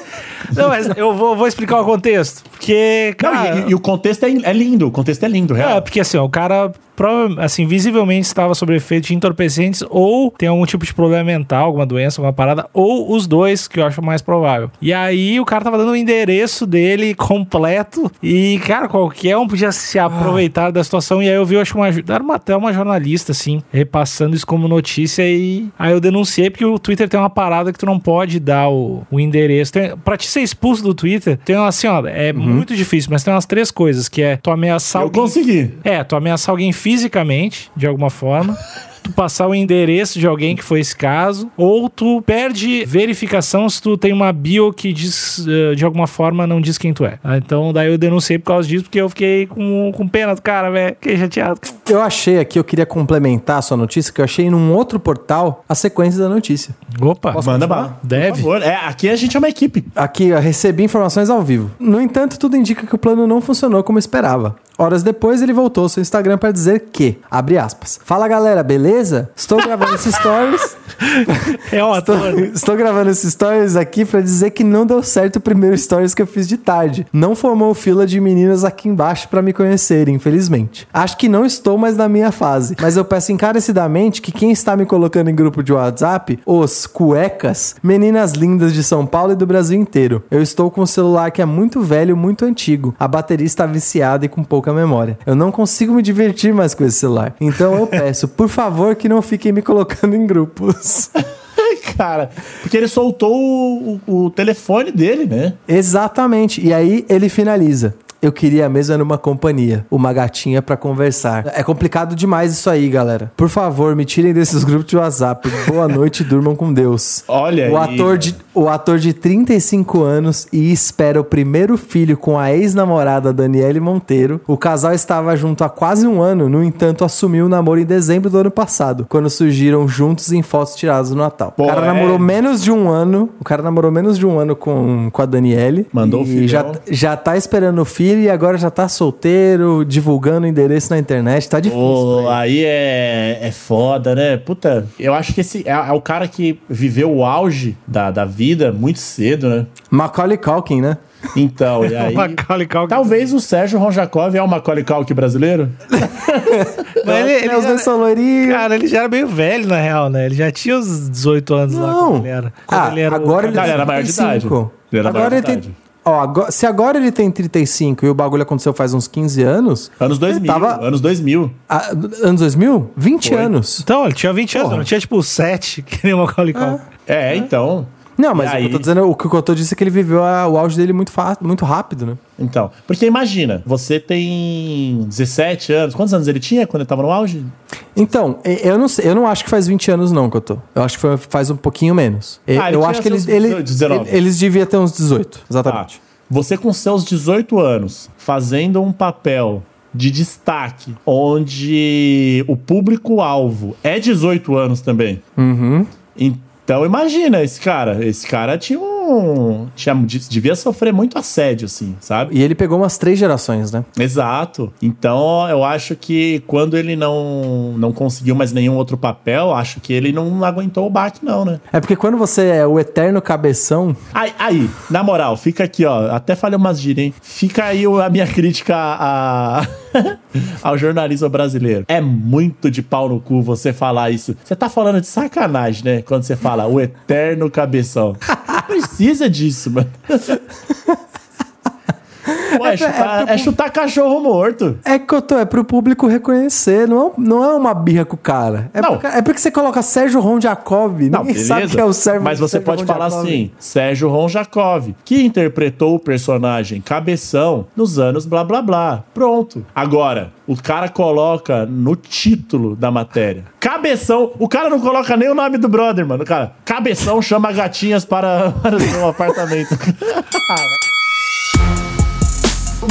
Speaker 2: Não, mas eu vou, vou explicar o contexto. Porque,
Speaker 4: Não,
Speaker 2: cara.
Speaker 4: e, e o contexto é, é lindo, o contexto é lindo,
Speaker 2: É,
Speaker 4: real.
Speaker 2: porque assim, ó, o cara prova- assim, visivelmente estava sob efeito de entorpecentes ou tem algum tipo de problema mental, alguma doença, alguma parada, ou os dois, que eu acho mais provável. E aí o cara tava dando o endereço dele completo e, cara, qualquer um podia se
Speaker 4: Ah.
Speaker 2: aproveitar da situação. E aí eu vi, eu acho, uma, era uma, até uma jornalista, assim, repassando isso como notícia e aí eu denunciei porque o Twitter tem uma parada que tu não pode dar o, o endereço. Tem, pra te ser expulso do Twitter, tem uma, assim, ó, é muito difícil, mas tem umas três coisas, que é tu ameaçar
Speaker 4: Uhum. Eu
Speaker 2: alguém
Speaker 4: consegui.
Speaker 2: é, tu ameaçar alguém fisicamente, de alguma forma. Tu passar o endereço de alguém que foi esse caso. Ou tu perde verificação se tu tem uma bio que diz, eh, de alguma forma, não diz quem tu é. Ah, Então, daí eu denunciei por causa disso, porque eu fiquei com, com pena do cara, velho. Fiquei chateado.
Speaker 3: Eu achei aqui, eu queria complementar a sua notícia, que eu achei num outro portal a sequência da notícia.
Speaker 2: Opa,
Speaker 4: Manda bala. Por
Speaker 2: deve.
Speaker 4: favor. É, aqui a gente é uma equipe.
Speaker 3: Aqui, eu recebi informações ao vivo. No entanto, tudo indica que o plano não funcionou como esperava. Horas depois, ele voltou ao seu Instagram para dizer que, abre aspas, Fala galera, beleza? Estou gravando esses stories.
Speaker 2: É um
Speaker 3: Estou,
Speaker 2: ator.
Speaker 3: estou gravando esses stories aqui para dizer que não deu certo o primeiro stories que eu fiz de tarde. Não formou fila de meninas aqui embaixo para me conhecerem, infelizmente. Acho que não estou mais na minha fase, mas eu peço encarecidamente que quem está me colocando em grupo de WhatsApp, os cuecas, meninas lindas de São Paulo e do Brasil inteiro. Eu estou com um celular que é muito velho, muito antigo. A bateria está viciada e com pouca memória. Eu não consigo me divertir mais com esse celular. Então eu peço, por favor, que não fiquem me colocando em grupos.
Speaker 4: Cara, porque ele soltou o, o- o telefone dele, né?
Speaker 3: Exatamente. E aí ele finaliza. Eu queria mesmo era uma companhia, uma gatinha pra conversar. É complicado demais isso aí, galera. Por favor, me tirem desses grupos de WhatsApp. Boa noite, e durmam com Deus.
Speaker 4: Olha
Speaker 3: o
Speaker 4: aí,
Speaker 3: ator
Speaker 4: cara.
Speaker 3: de O ator de 35 anos e espera o primeiro filho com a ex-namorada Daniele Monteiro. O casal estava junto há quase um ano, no entanto, assumiu o namoro em dezembro do ano passado, quando surgiram juntos em fotos tiradas no Natal.
Speaker 4: Pô,
Speaker 3: o cara
Speaker 4: é-
Speaker 3: namorou menos de um ano. O cara namorou menos de um ano com, com a Daniele.
Speaker 4: Mandou o
Speaker 3: e
Speaker 4: filhão.
Speaker 3: já, já tá esperando o filho. ele agora já tá solteiro, divulgando o endereço na internet, tá difícil.
Speaker 4: Ô,
Speaker 3: pra ele.
Speaker 4: aí é, é foda, né? Puta, eu acho que esse é, é o cara que viveu o auge da, da vida muito cedo, né?
Speaker 3: Macaulay Culkin, né?
Speaker 4: Então, e aí.
Speaker 2: Macaulay Culkin.
Speaker 4: Talvez o Sérgio Ronjakov é o Macaulay Culkin brasileiro?
Speaker 2: Mas ele, ele
Speaker 3: É, os
Speaker 2: já-
Speaker 3: dois são loirinhos.
Speaker 2: Cara, ele já era meio velho, na real, né? Ele já tinha os 18 anos lá
Speaker 3: Não.
Speaker 2: quando ele era. Quando
Speaker 3: Ah,
Speaker 2: ele era o
Speaker 3: agora ele,
Speaker 4: Não, ele
Speaker 2: cara-
Speaker 4: era maior de idade.
Speaker 3: 35.
Speaker 4: Ele era
Speaker 3: agora
Speaker 4: maior de
Speaker 3: ele tem.
Speaker 4: idade.
Speaker 3: Ó, agora- se agora ele tem 35 e o bagulho aconteceu faz uns 15 anos,
Speaker 4: Anos 2000.
Speaker 3: tava-
Speaker 4: Anos 2000.
Speaker 3: a- anos 2000? 20 anos.
Speaker 2: Então, ele tinha 20 anos, não tinha tipo 7, que nem o Macaulay Culkin.
Speaker 4: É, então.
Speaker 3: Não, mas
Speaker 4: E
Speaker 3: o que eu
Speaker 4: aí?
Speaker 3: tô dizendo, o que o Cotô disse é que ele viveu a- o auge dele muito, fa- muito rápido, né?
Speaker 4: Então. Porque imagina, você tem 17 anos. Quantos anos ele tinha quando ele tava no auge?
Speaker 3: Então, e- eu não sei, eu não acho que faz 20 anos não, Cotô. Eu acho que foi- faz um pouquinho menos. E-
Speaker 4: Ah, ele
Speaker 3: eu
Speaker 4: tinha
Speaker 3: acho que
Speaker 4: seus
Speaker 3: eles, ele,
Speaker 4: 18, 19.
Speaker 3: ele- eles deviam ter uns 18,
Speaker 4: Tá.
Speaker 3: exatamente.
Speaker 4: Você com seus 18 anos, fazendo um papel de destaque, onde o público-alvo é 18 anos também. Então imagina esse cara. Esse cara tinha um. Tinha, devia sofrer muito assédio, assim, sabe?
Speaker 3: E ele pegou umas três gerações, né?
Speaker 4: Exato. Então, eu acho que quando ele não, não conseguiu mais nenhum outro papel, acho que ele não aguentou o baque, não, né?
Speaker 3: É porque quando você é o eterno cabeção,
Speaker 4: Aí, aí, na moral, fica aqui, ó. Até falei umas gírias, hein? Fica aí o- a minha crítica a- ao jornalismo brasileiro. É muito de pau no cu você falar isso. Você tá falando de sacanagem, né? Quando você fala o eterno cabeção. Não precisa disso, mano. Pô, é, chutar, é chutar cachorro morto.
Speaker 3: É que eu tô, é pro público reconhecer, não é, não é uma birra com o cara. É,
Speaker 4: Não.
Speaker 3: porque, é porque você coloca Sérgio Ron Jacob, ninguém
Speaker 4: Não, beleza.
Speaker 3: sabe que é o Sérgio
Speaker 4: Mas você
Speaker 3: Sérgio
Speaker 4: pode
Speaker 3: Ron
Speaker 4: falar
Speaker 3: Jacob.
Speaker 4: assim: Sérgio Ron Jacob, que interpretou o personagem Cabeção nos anos blá blá blá. Pronto. Agora, o cara coloca no título da matéria: Cabeção. O cara não coloca nem o nome do brother, mano. O Cara, Cabeção chama gatinhas para, para o seu apartamento.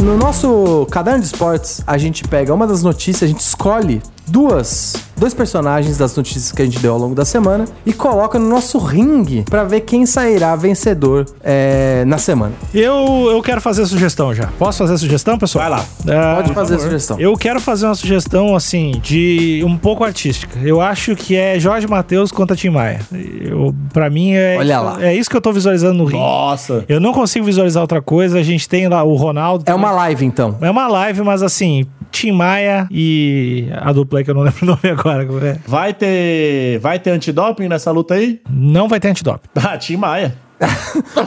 Speaker 3: No nosso caderno de esportes, a gente pega uma das notícias, a gente escolhe duas, dois personagens das notícias que a gente deu ao longo da semana e coloca no nosso ringue pra ver quem sairá vencedor é, na semana.
Speaker 2: Eu, eu quero fazer sugestão já. Posso fazer sugestão, pessoal? Vai lá.
Speaker 3: Pode fazer a sugestão.
Speaker 2: Eu quero fazer uma sugestão, assim, de um pouco artística. Eu acho que é Jorge Matheus contra Tim Maia. Eu, pra mim, é,
Speaker 3: Olha lá.
Speaker 2: é isso que eu tô visualizando no Rio.
Speaker 4: Nossa.
Speaker 2: Eu não consigo visualizar outra coisa. A gente tem lá o Ronaldo.
Speaker 3: É uma live, então.
Speaker 2: É uma live, mas assim, Tim Maia e a dupla aí que eu não lembro o nome agora. como é?
Speaker 4: Vai ter, vai ter antidoping nessa luta aí?
Speaker 2: Não vai ter antidoping.
Speaker 4: Ah, Tim Maia.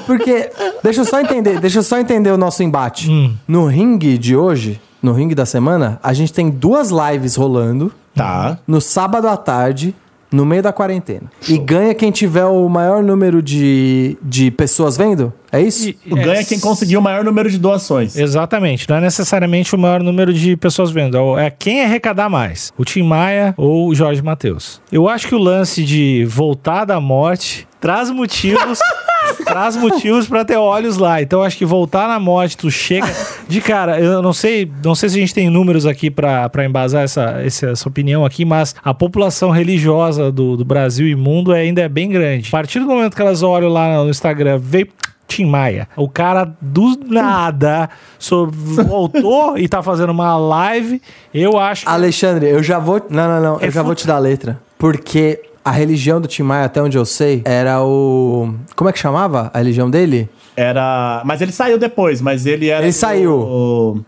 Speaker 3: Porque, deixa eu só entender, deixa eu só entender o nosso embate. No ringue de hoje, no ringue da semana, a gente tem duas lives rolando.
Speaker 4: Tá.
Speaker 3: no sábado à tarde, no meio da quarentena. E ganha quem tiver o maior número de, de pessoas vendo? É isso?
Speaker 4: Ganha quem conseguiu o maior número de doações.
Speaker 2: Exatamente, não é necessariamente o maior número de pessoas vendo, é o- é quem arrecadar mais, o Tim Maia ou o Jorge Matheus. Eu acho que o lance de voltar da morte traz motivos, traz motivos para ter olhos lá. Então eu acho que voltar na morte, tu chega de cara, eu não sei, não sei se a gente tem números aqui para embasar essa, essa, essa opinião aqui, mas a população religiosa do, do Brasil e mundo ainda é bem grande. A partir do momento que elas olham lá no Instagram, veio Tim Maia. O cara do nada so- voltou e tá fazendo uma live. Eu acho que.
Speaker 3: Alexandre, eu já vou. Não, não, não. Eu já
Speaker 2: Refuta.
Speaker 3: vou te dar a letra. Porque a religião do Tim Maia, até onde eu sei, era o. Como é que chamava a religião dele?
Speaker 4: Era. Mas ele saiu depois, mas ele era.
Speaker 3: Ele
Speaker 4: o-
Speaker 3: saiu.
Speaker 4: o-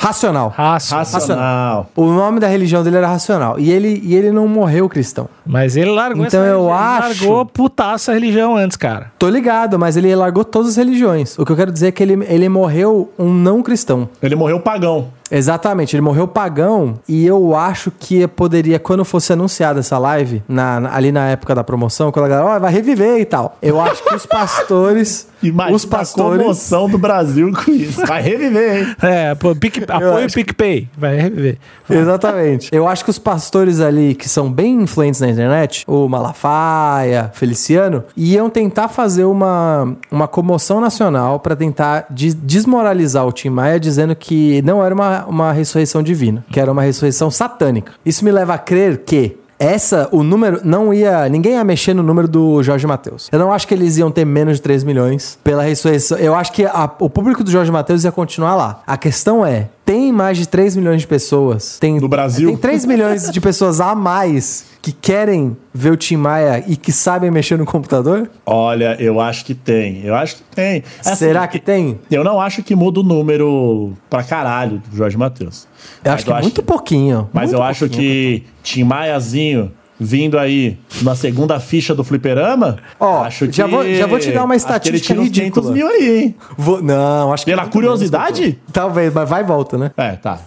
Speaker 3: Racional.
Speaker 2: Raço.
Speaker 4: Racional.
Speaker 3: O nome da religião dele era Racional. E ele, e ele não morreu cristão.
Speaker 2: Mas ele largou
Speaker 3: Então
Speaker 2: essa
Speaker 3: eu
Speaker 2: religião, ele
Speaker 3: acho-
Speaker 2: largou putaça a religião antes, cara.
Speaker 3: Tô ligado, mas ele largou todas as religiões. O que eu quero dizer é que ele, ele morreu um não cristão.
Speaker 4: Ele morreu pagão.
Speaker 3: Exatamente, ele morreu pagão e eu acho que poderia, quando fosse anunciada essa live, na- na- ali na época da promoção, quando a galera, ó, vai reviver e tal. Eu acho que os pastores.
Speaker 4: Imagina
Speaker 3: os
Speaker 4: a
Speaker 3: pastores.
Speaker 4: comoção tá do Brasil com isso. Vai reviver, hein?
Speaker 2: É, pô, pique, apoio o PicPay. Vai reviver.
Speaker 3: Exatamente. Eu acho que os pastores ali, que são bem influentes na internet, o Malafaia, Feliciano, iam tentar fazer uma, uma comoção nacional pra tentar des- desmoralizar o Tim Maia, dizendo que não era uma, uma ressurreição divina, que era uma ressurreição satânica. Isso me leva a crer que Essa, o número, não ia. Ninguém ia mexer no número do Jorge Matheus. Eu não acho que eles iam ter menos de 3 milhões pela ressurreição. Eu acho que a- o público do Jorge Matheus ia continuar lá. A questão é. Tem mais de 3 milhões de pessoas. Tem,
Speaker 4: No Brasil?
Speaker 3: Tem 3 milhões de pessoas a mais que querem ver o Tim Maia e que sabem mexer no computador?
Speaker 4: Olha, eu acho que tem. Eu acho que tem. Assim,
Speaker 3: Será que tem?
Speaker 4: Eu não acho que muda o número pra caralho do Jorge Matheus.
Speaker 3: Eu acho que é muito pouquinho.
Speaker 4: Mas
Speaker 3: muito
Speaker 4: eu acho
Speaker 3: pouquinho.
Speaker 4: que Tim Maiazinho vindo aí na segunda ficha do fliperama,
Speaker 3: Ó,
Speaker 4: acho que...
Speaker 3: já vou- já vou te dar uma
Speaker 4: acho que
Speaker 3: estatística
Speaker 4: ele tira uns 500
Speaker 3: ridícula.
Speaker 4: mil aí, hein?
Speaker 3: Vou- não, acho que.
Speaker 4: Pela curiosidade?
Speaker 3: Talvez, mas vai e volta, né?
Speaker 4: É, tá.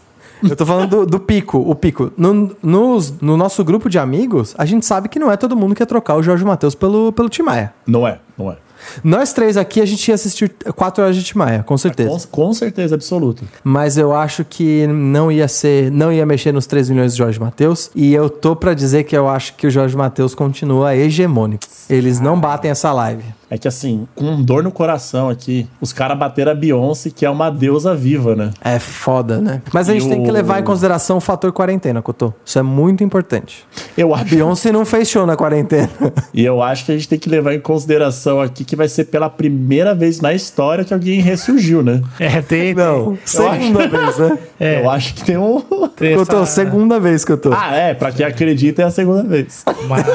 Speaker 3: Eu tô falando do, do pico, o pico. No, nos- no nosso grupo de amigos, a gente sabe que não é todo mundo que ia trocar o Jorge Matheus pelo, pelo Timaia.
Speaker 4: Não é, não é.
Speaker 3: Nós três aqui, a gente ia assistir 4 horas de Timaia, com certeza.
Speaker 4: Com, com certeza absoluta.
Speaker 3: Mas eu acho que não ia ser, não ia mexer nos 3 milhões do Jorge Matheus. E eu tô pra dizer que eu acho que o Jorge Matheus continua hegemônico. Eles não batem essa live.
Speaker 4: É que assim, com dor no coração aqui, os caras bateram a Beyoncé, que é uma deusa viva, né?
Speaker 3: É foda, né? Mas a gente
Speaker 4: E
Speaker 3: tem
Speaker 4: o-
Speaker 3: que levar em consideração o fator quarentena, Cotô. Isso é muito importante.
Speaker 4: Eu
Speaker 3: A
Speaker 4: acho.
Speaker 3: Beyoncé não fez show na quarentena.
Speaker 4: E eu acho que a gente tem que levar em consideração aqui que vai ser pela primeira vez na história que alguém ressurgiu, né?
Speaker 2: É, tem.
Speaker 3: Não, segunda vez, né?
Speaker 4: Eu acho que tem um.
Speaker 2: tem essa-
Speaker 3: Cotô, segunda vez que eu tô.
Speaker 4: Ah, é, pra quem acredita é a segunda vez.
Speaker 2: Mas...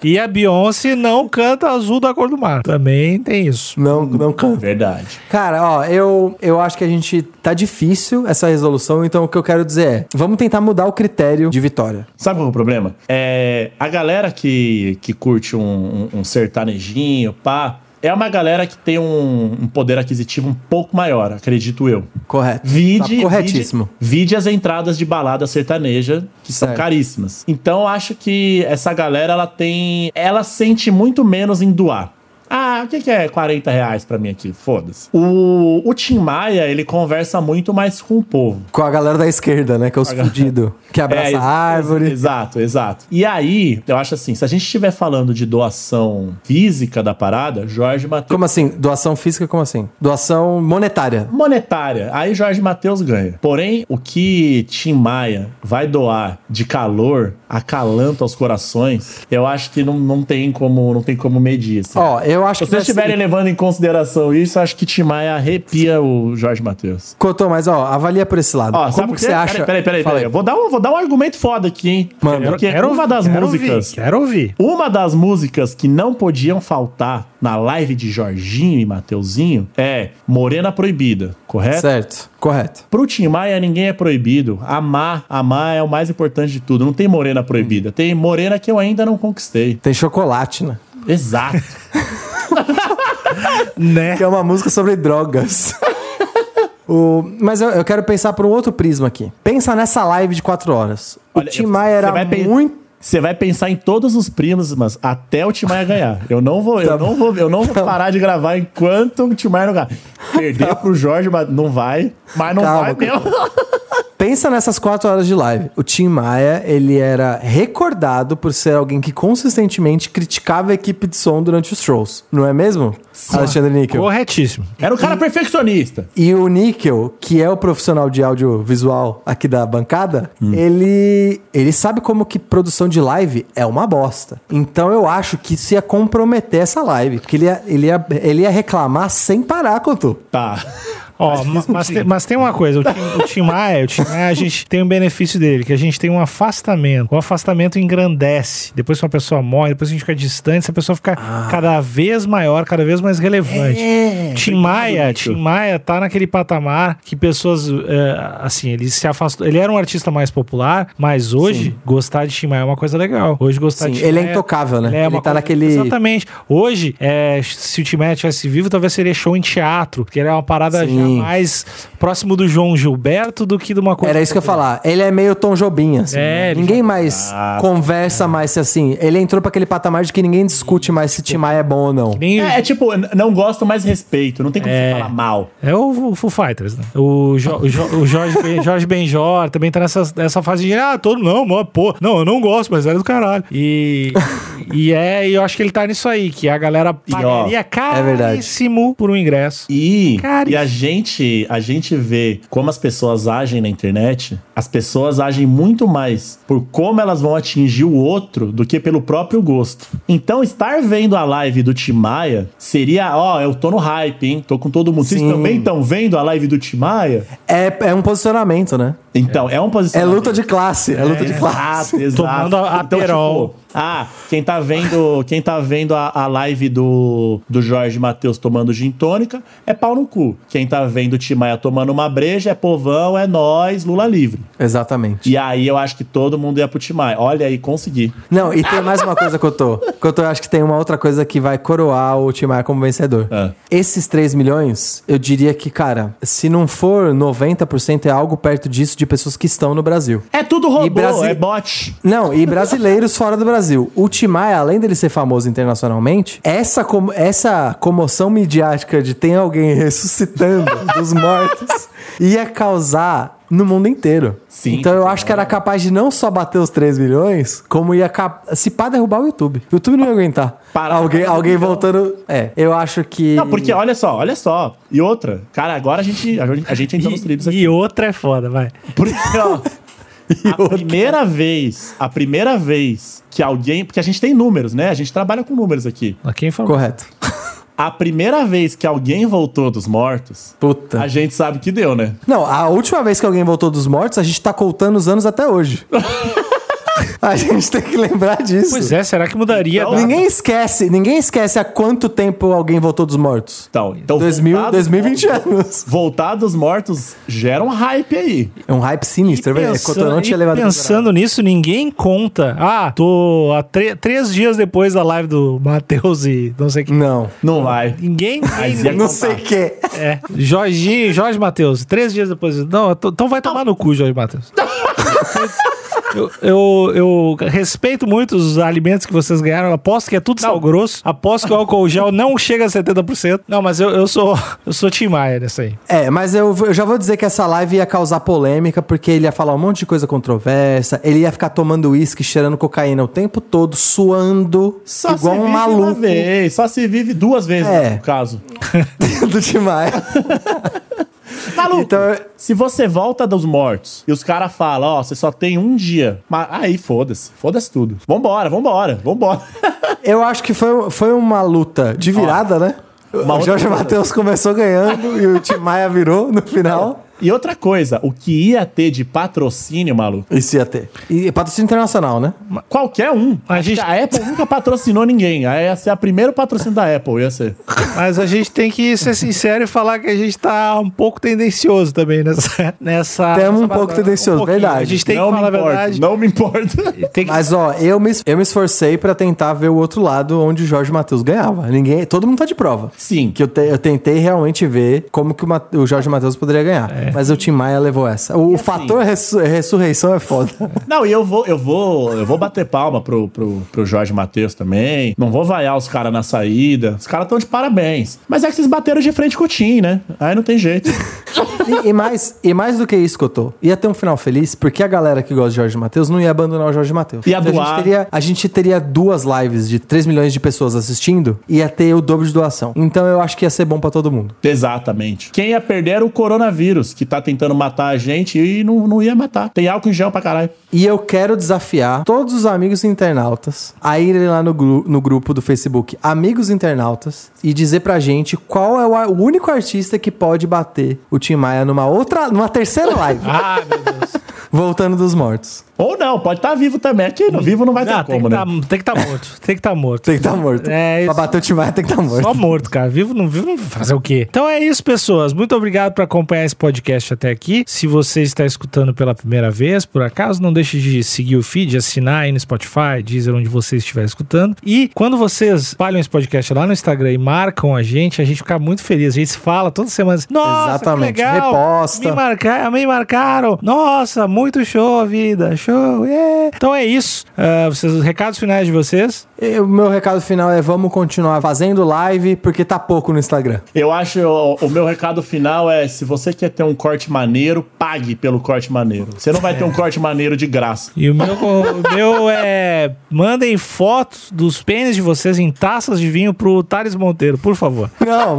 Speaker 2: E a Beyoncé não canta azul da cor do mar. Também tem isso.
Speaker 3: Não, não canta.
Speaker 4: Verdade.
Speaker 3: Cara, ó, eu, eu acho que a gente tá difícil essa resolução, então o que eu quero dizer é, vamos tentar mudar o critério de vitória.
Speaker 4: Sabe qual é o problema? É, a galera que, que curte um, um, um sertanejinho, pá, é uma galera que tem um, um poder aquisitivo um pouco maior, acredito eu.
Speaker 3: Correto.
Speaker 4: Vide,
Speaker 3: Tá corretíssimo.
Speaker 4: Vide, vide as entradas de balada sertaneja, que são
Speaker 3: Certo.
Speaker 4: caríssimas. Então acho que essa galera, ela tem. Ela sente muito menos em doar. Ah, o que, que é 40 reais pra mim aqui? Foda-se. O, o Tim Maia, ele conversa muito mais com o povo.
Speaker 3: Com a galera da esquerda, né? Que é os
Speaker 4: galera-
Speaker 3: fudidos. Que abraça
Speaker 4: É,
Speaker 3: a
Speaker 4: ex-
Speaker 3: árvore.
Speaker 4: Exato, exato. E aí, eu acho assim, se a gente estiver falando de doação física da parada, Jorge Matheus.
Speaker 3: Como assim? Doação física, como assim? Doação monetária.
Speaker 4: monetária. Aí Jorge Matheus ganha. Porém, o que Tim Maia vai doar de calor, acalanta aos corações, eu acho que não, não tem como não tem como medir. assim.
Speaker 3: Ó, eu acho
Speaker 4: Se
Speaker 3: que vai
Speaker 4: vocês
Speaker 3: ser-
Speaker 4: estiverem levando em consideração isso, eu acho que Tim Maia arrepia o Jorge Matheus.
Speaker 3: Cotô, mas ó, avalia por esse lado.
Speaker 4: Ó, sabe
Speaker 3: Como
Speaker 4: por
Speaker 3: que
Speaker 4: quê?
Speaker 3: você acha?
Speaker 4: Peraí, peraí,
Speaker 3: Fala
Speaker 4: peraí.
Speaker 3: aí.
Speaker 4: Eu vou dar um, vou dar um argumento foda aqui, hein?
Speaker 3: Mano,
Speaker 4: Porque é uma das
Speaker 2: quero
Speaker 4: músicas.
Speaker 2: Ouvir, quero ouvir.
Speaker 4: Uma das músicas que não podiam faltar na live de Jorginho e Mateuzinho é Morena Proibida, correto?
Speaker 3: Certo, correto.
Speaker 4: Pro Tim Maia, ninguém é proibido. Amar, amar é o mais importante de tudo. Não tem morena proibida. Tem morena que eu ainda não conquistei.
Speaker 3: Tem chocolate, né?
Speaker 4: Exato.
Speaker 2: Né?
Speaker 3: Que é uma música sobre drogas. O- mas eu, eu quero pensar por um outro prisma aqui. Pensa nessa live de quatro horas. o
Speaker 4: Olha,
Speaker 3: Tim Maia
Speaker 4: você
Speaker 3: era
Speaker 4: vai pen-
Speaker 3: muito.
Speaker 4: Você vai pensar em todos os primos, mas até o Tim Maia ganhar. Eu não vou,
Speaker 3: Tá
Speaker 4: eu não vou, eu não vou parar de gravar enquanto o Tim Maia não ganhar. Perder pro Jorge, mas não vai. Mas não
Speaker 3: Tá Calma,
Speaker 4: vai mesmo.
Speaker 3: Pensa nessas quatro horas de live. O Tim Maia, ele era recordado por ser alguém que consistentemente criticava a equipe de som durante os shows. Não é mesmo, Alexandre Níquel?
Speaker 2: Corretíssimo.
Speaker 4: Era um cara perfeccionista.
Speaker 3: E o Níquel, que é o profissional de audiovisual aqui da bancada,
Speaker 2: Hum.
Speaker 3: ele, ele sabe como que produção de live é uma bosta. Então eu acho que isso ia comprometer essa live. Porque ele ia, ele ia, ele ia reclamar sem parar, Couto.
Speaker 4: Tá.
Speaker 2: Ó, ma- mas, tem, mas tem uma coisa, o Tim, o Tim Maia, o Tim Maia, a gente tem um benefício dele, que a gente tem um afastamento. O afastamento engrandece. Depois que uma pessoa morre, depois que a gente fica distante, essa pessoa fica
Speaker 3: Ah.
Speaker 2: cada vez maior, cada vez mais relevante.
Speaker 3: É,
Speaker 2: Tim Maia, Tim Maia tá naquele patamar que pessoas, é, assim, ele se afastou. Ele era um artista mais popular, mas hoje gostar de Tim Maia é uma coisa legal. Hoje gostar
Speaker 3: Sim,
Speaker 2: de Tim
Speaker 3: ele é
Speaker 2: Maia-
Speaker 3: intocável, né?
Speaker 2: é
Speaker 3: ele
Speaker 2: uma
Speaker 3: tá
Speaker 2: coisa-
Speaker 3: naquele.
Speaker 2: Exatamente. Hoje, é, se o Timé estivesse vivo, talvez seria show em teatro, que era uma parada já
Speaker 3: Sim.
Speaker 2: mais próximo do João Gilberto do que de uma coisa.
Speaker 3: Era isso que eu ia falar. Ele é meio Tom Jobim, assim.
Speaker 2: É,
Speaker 3: né?
Speaker 2: ele
Speaker 3: Ninguém mais conversa mais assim. Ele entrou pra aquele patamar de que ninguém discute mais se Tim Maia é bom ou não.
Speaker 2: Nem-
Speaker 4: É, é tipo, n- não gosto, mas respeito. Não tem como
Speaker 2: É.
Speaker 4: você falar mal.
Speaker 2: É o Foo Fighters, né? O, Jo- o Jo- o Jorge, ben, Jorge Benjor também tá nessa, nessa fase de, ah, todo, não, mó, pô, não, eu não gosto, mas era do caralho. E, E é, e eu acho que ele tá nisso aí, que a galera
Speaker 4: E, ó,
Speaker 2: pagaria
Speaker 3: é
Speaker 2: caríssimo por um ingresso.
Speaker 4: E,
Speaker 2: Cara,
Speaker 4: e a
Speaker 2: isso-
Speaker 4: gente a gente vê como as pessoas agem na internet, as pessoas agem muito mais por como elas vão atingir o outro do que pelo próprio gosto. Então, estar vendo a live do Timaya seria, ó, eu tô no hype, hein? Tô com todo mundo. Vocês
Speaker 3: Sim.
Speaker 4: também estão vendo a live do Timaya?
Speaker 3: É, é um posicionamento, né?
Speaker 4: Então, é, um
Speaker 3: É
Speaker 4: posicionamento.
Speaker 3: luta de classe. É luta de classe.
Speaker 4: Exato, exato.
Speaker 2: Tomando a- a Perol.
Speaker 4: tipo, ah, quem tá vendo, quem tá vendo a, a live do, do Jorge Matheus tomando gin tônica é pau no cu. Quem tá vendo o Timaya tomando uma breja é povão, é nós, Lula livre.
Speaker 3: Exatamente.
Speaker 4: E aí eu acho que todo mundo ia pro Timaya. Olha aí, consegui.
Speaker 3: Não, e tem mais uma coisa que eu tô. Que eu tô, eu acho que tem uma outra coisa que vai coroar o Timar como vencedor.
Speaker 4: Ah.
Speaker 3: Esses 3 milhões, eu diria que, cara, se não for 90%, é algo perto disso de pessoas que estão no Brasil.
Speaker 4: É tudo robô,
Speaker 3: E Brasi-
Speaker 4: é bot.
Speaker 3: Não, e brasileiros fora do Brasil. O Timaya, além dele ser famoso internacionalmente, essa, com- essa comoção midiática de tem alguém ressuscitando dos mortos ia causar no mundo inteiro.
Speaker 4: Sim.
Speaker 3: Então eu acho que era capaz de não só bater os 3 milhões, como ia cap- se pá derrubar o YouTube. O YouTube não ia aguentar.
Speaker 4: Para-
Speaker 3: alguém
Speaker 4: para-
Speaker 3: alguém
Speaker 4: então.
Speaker 3: voltando. É, eu acho que.
Speaker 4: Não, porque olha só, olha só. E outra, cara, agora a gente, a gente- a gente entrou nos trilhos
Speaker 2: E,
Speaker 4: aqui.
Speaker 2: e outra é foda, vai.
Speaker 4: Porque, ó, a primeira vez, a primeira vez que alguém. Porque a gente tem números, né? A gente trabalha com números aqui.
Speaker 2: Mas Quem falou?
Speaker 3: Correto.
Speaker 4: A primeira vez que alguém voltou dos mortos,
Speaker 3: Puta.
Speaker 4: a gente sabe que deu, né?
Speaker 3: Não, a última vez que alguém voltou dos mortos, a gente tá contando os anos até hoje. a gente tem que lembrar disso.
Speaker 2: Pois é, será que mudaria?
Speaker 4: Então,
Speaker 2: a data?
Speaker 3: Ninguém esquece, ninguém esquece há quanto tempo alguém voltou dos mortos.
Speaker 4: Então, então
Speaker 3: 2000,
Speaker 4: voltar dos
Speaker 3: 2020
Speaker 4: mortos-
Speaker 3: anos.
Speaker 4: Voltar dos mortos gera um hype aí.
Speaker 3: É um hype sinistro, é verdade. Quando eu não tinha
Speaker 2: e
Speaker 3: levado
Speaker 2: pensando nisso, ninguém conta. Ah, tô há tre- três dias depois da live do Matheus e não sei o que.
Speaker 3: Não.
Speaker 4: Não vai.
Speaker 2: Ninguém.
Speaker 4: Mas ia
Speaker 3: Não
Speaker 4: contar.
Speaker 3: sei o que.
Speaker 2: É. Jorginho, Jorge Matheus, três dias depois. Não, eu tô- então vai tomar no cu, Jorge Matheus. Eu, eu, eu respeito muito os alimentos que vocês ganharam. Aposto que é tudo sal grosso. Aposto que o álcool gel não chega a 70%. Não, mas eu, eu sou eu sou Tim Maia nessa aí.
Speaker 3: É, mas eu, eu já vou dizer que essa live ia causar polêmica, porque ele ia falar um monte de coisa controversa, ele ia ficar tomando uísque, cheirando cocaína o tempo todo, suando,
Speaker 4: Só
Speaker 3: igual
Speaker 4: se
Speaker 3: um
Speaker 4: vive uma
Speaker 3: maluco
Speaker 4: vez, só se vive duas vezes,
Speaker 3: É.
Speaker 4: no caso.
Speaker 3: do Timaya.
Speaker 4: Maluco,
Speaker 3: Então,
Speaker 4: se você volta dos mortos e os caras falam, ó, você só tem um dia. Mas aí foda-se, foda-se tudo. Vambora, vambora, vambora.
Speaker 3: Eu acho que foi, foi uma luta de virada, né? o
Speaker 4: outra
Speaker 3: Jorge
Speaker 4: luta.
Speaker 3: Matheus começou ganhando e o Tim Maia virou no final.
Speaker 4: E outra coisa, o que ia ter de patrocínio, maluco?
Speaker 3: É, Isso ia ter. E patrocínio internacional, né?
Speaker 4: Qualquer um.
Speaker 2: A
Speaker 4: A,
Speaker 2: gente-
Speaker 4: a Apple nunca patrocinou ninguém. Aí Ia ser a primeira patrocínio da Apple, ia ser.
Speaker 2: Mas a gente tem que ser sincero e falar que a gente tá um pouco tendencioso também nessa. nessa
Speaker 3: Temos um
Speaker 2: nessa
Speaker 3: pouco
Speaker 2: batalha.
Speaker 3: tendencioso,
Speaker 2: pouquinho.
Speaker 3: verdade.
Speaker 2: A gente tem
Speaker 4: não
Speaker 2: que falar a
Speaker 4: me importa,
Speaker 2: verdade.
Speaker 4: não me importa.
Speaker 2: Tem que-
Speaker 3: Mas ó, eu me, es- eu me esforcei pra tentar ver o outro lado onde o Jorge Matheus ganhava. Ninguém, todo mundo tá de prova.
Speaker 4: Sim.
Speaker 3: Que eu, te- eu tentei realmente ver como que o, Ma- o Jorge Matheus poderia ganhar. Mas o Tim Maia levou essa. O, fator ressu- ressurreição é foda.
Speaker 4: Não, e eu vou, eu vou, eu vou bater palma pro, pro, pro Jorge Matheus também. Não vou vaiar os caras na saída. Os caras estão de parabéns. Mas é que vocês bateram de frente com o Tim, né? Aí não tem jeito.
Speaker 3: E, e mais, e mais do que isso, Cotô, ia ter um final feliz, porque a galera que gosta de Jorge Matheus não ia abandonar o Jorge Matheus.
Speaker 4: Ia
Speaker 3: a,
Speaker 4: doar.
Speaker 3: gente teria, a gente teria duas lives de 3 milhões de pessoas assistindo e ia ter o dobro de doação. Então eu acho que ia ser bom pra todo mundo.
Speaker 4: Exatamente. Quem ia perder era o coronavírus, que tá tentando matar a gente e não, não ia matar. Tem álcool em gel pra caralho.
Speaker 3: E eu quero desafiar todos os amigos internautas a irem lá no, glu- no grupo do Facebook Amigos Internautas e dizer pra gente qual é o, ar- o único artista que pode bater o Tim Maia numa outra, numa terceira live,
Speaker 2: Ah, meu Deus.
Speaker 3: voltando dos mortos.
Speaker 4: Ou não, pode estar vivo também. Aqui no vivo não vai ter
Speaker 2: Não, tem,
Speaker 4: como,
Speaker 2: que
Speaker 4: né?
Speaker 2: tá, tem que tá morto. Tem que tá morto.
Speaker 3: Tem que estar tá morto.
Speaker 2: É,
Speaker 3: pra
Speaker 2: isso.
Speaker 3: bater o Tim Maia tem que estar morto.
Speaker 2: Só morto, cara. Vivo não vivo, não fazer o quê? Então é isso, pessoas. Muito obrigado por acompanhar esse podcast até aqui. Se você está escutando pela primeira vez, por acaso, não deixe de seguir o feed, assinar aí no Spotify, Deezer, onde você estiver escutando. E quando vocês espalham esse podcast lá no Instagram e marcam a gente, a gente fica muito feliz. A gente se fala toda semana. Nossa,
Speaker 3: Exatamente.
Speaker 2: que legal.
Speaker 3: Reposta.
Speaker 2: Me marcaram, me marcaram. Nossa, muito show, vida. Show. yeah. Então é isso. Ah, vocês, os recados finais de vocês.
Speaker 3: E O meu recado final é vamos continuar fazendo live, porque tá pouco no Instagram.
Speaker 4: Eu acho, o, o meu recado final é: se você quer ter um corte maneiro, pague pelo corte maneiro. Você não vai
Speaker 2: É.
Speaker 4: ter um corte maneiro de graça.
Speaker 2: E o meu, o meu é. Mandem fotos dos pênis de vocês em taças de vinho pro Thales Monteiro, por favor.
Speaker 3: Não, não,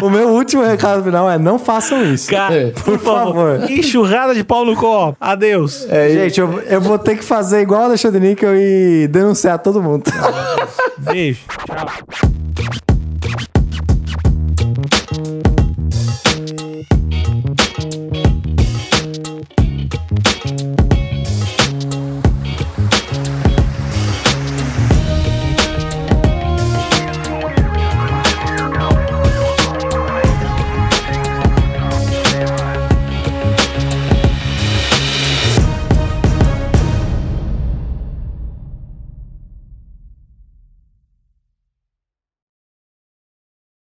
Speaker 3: não. O meu último recado final é não façam isso. É,
Speaker 2: Cara, É, por,
Speaker 3: por
Speaker 2: favor.
Speaker 3: favor.
Speaker 2: Enxurrada de pau no copo. Adeus.
Speaker 3: Gente, eu, eu vou ter que fazer igual o Alexandre Níquel e denunciar todo mundo.
Speaker 2: Beijo. Tchau.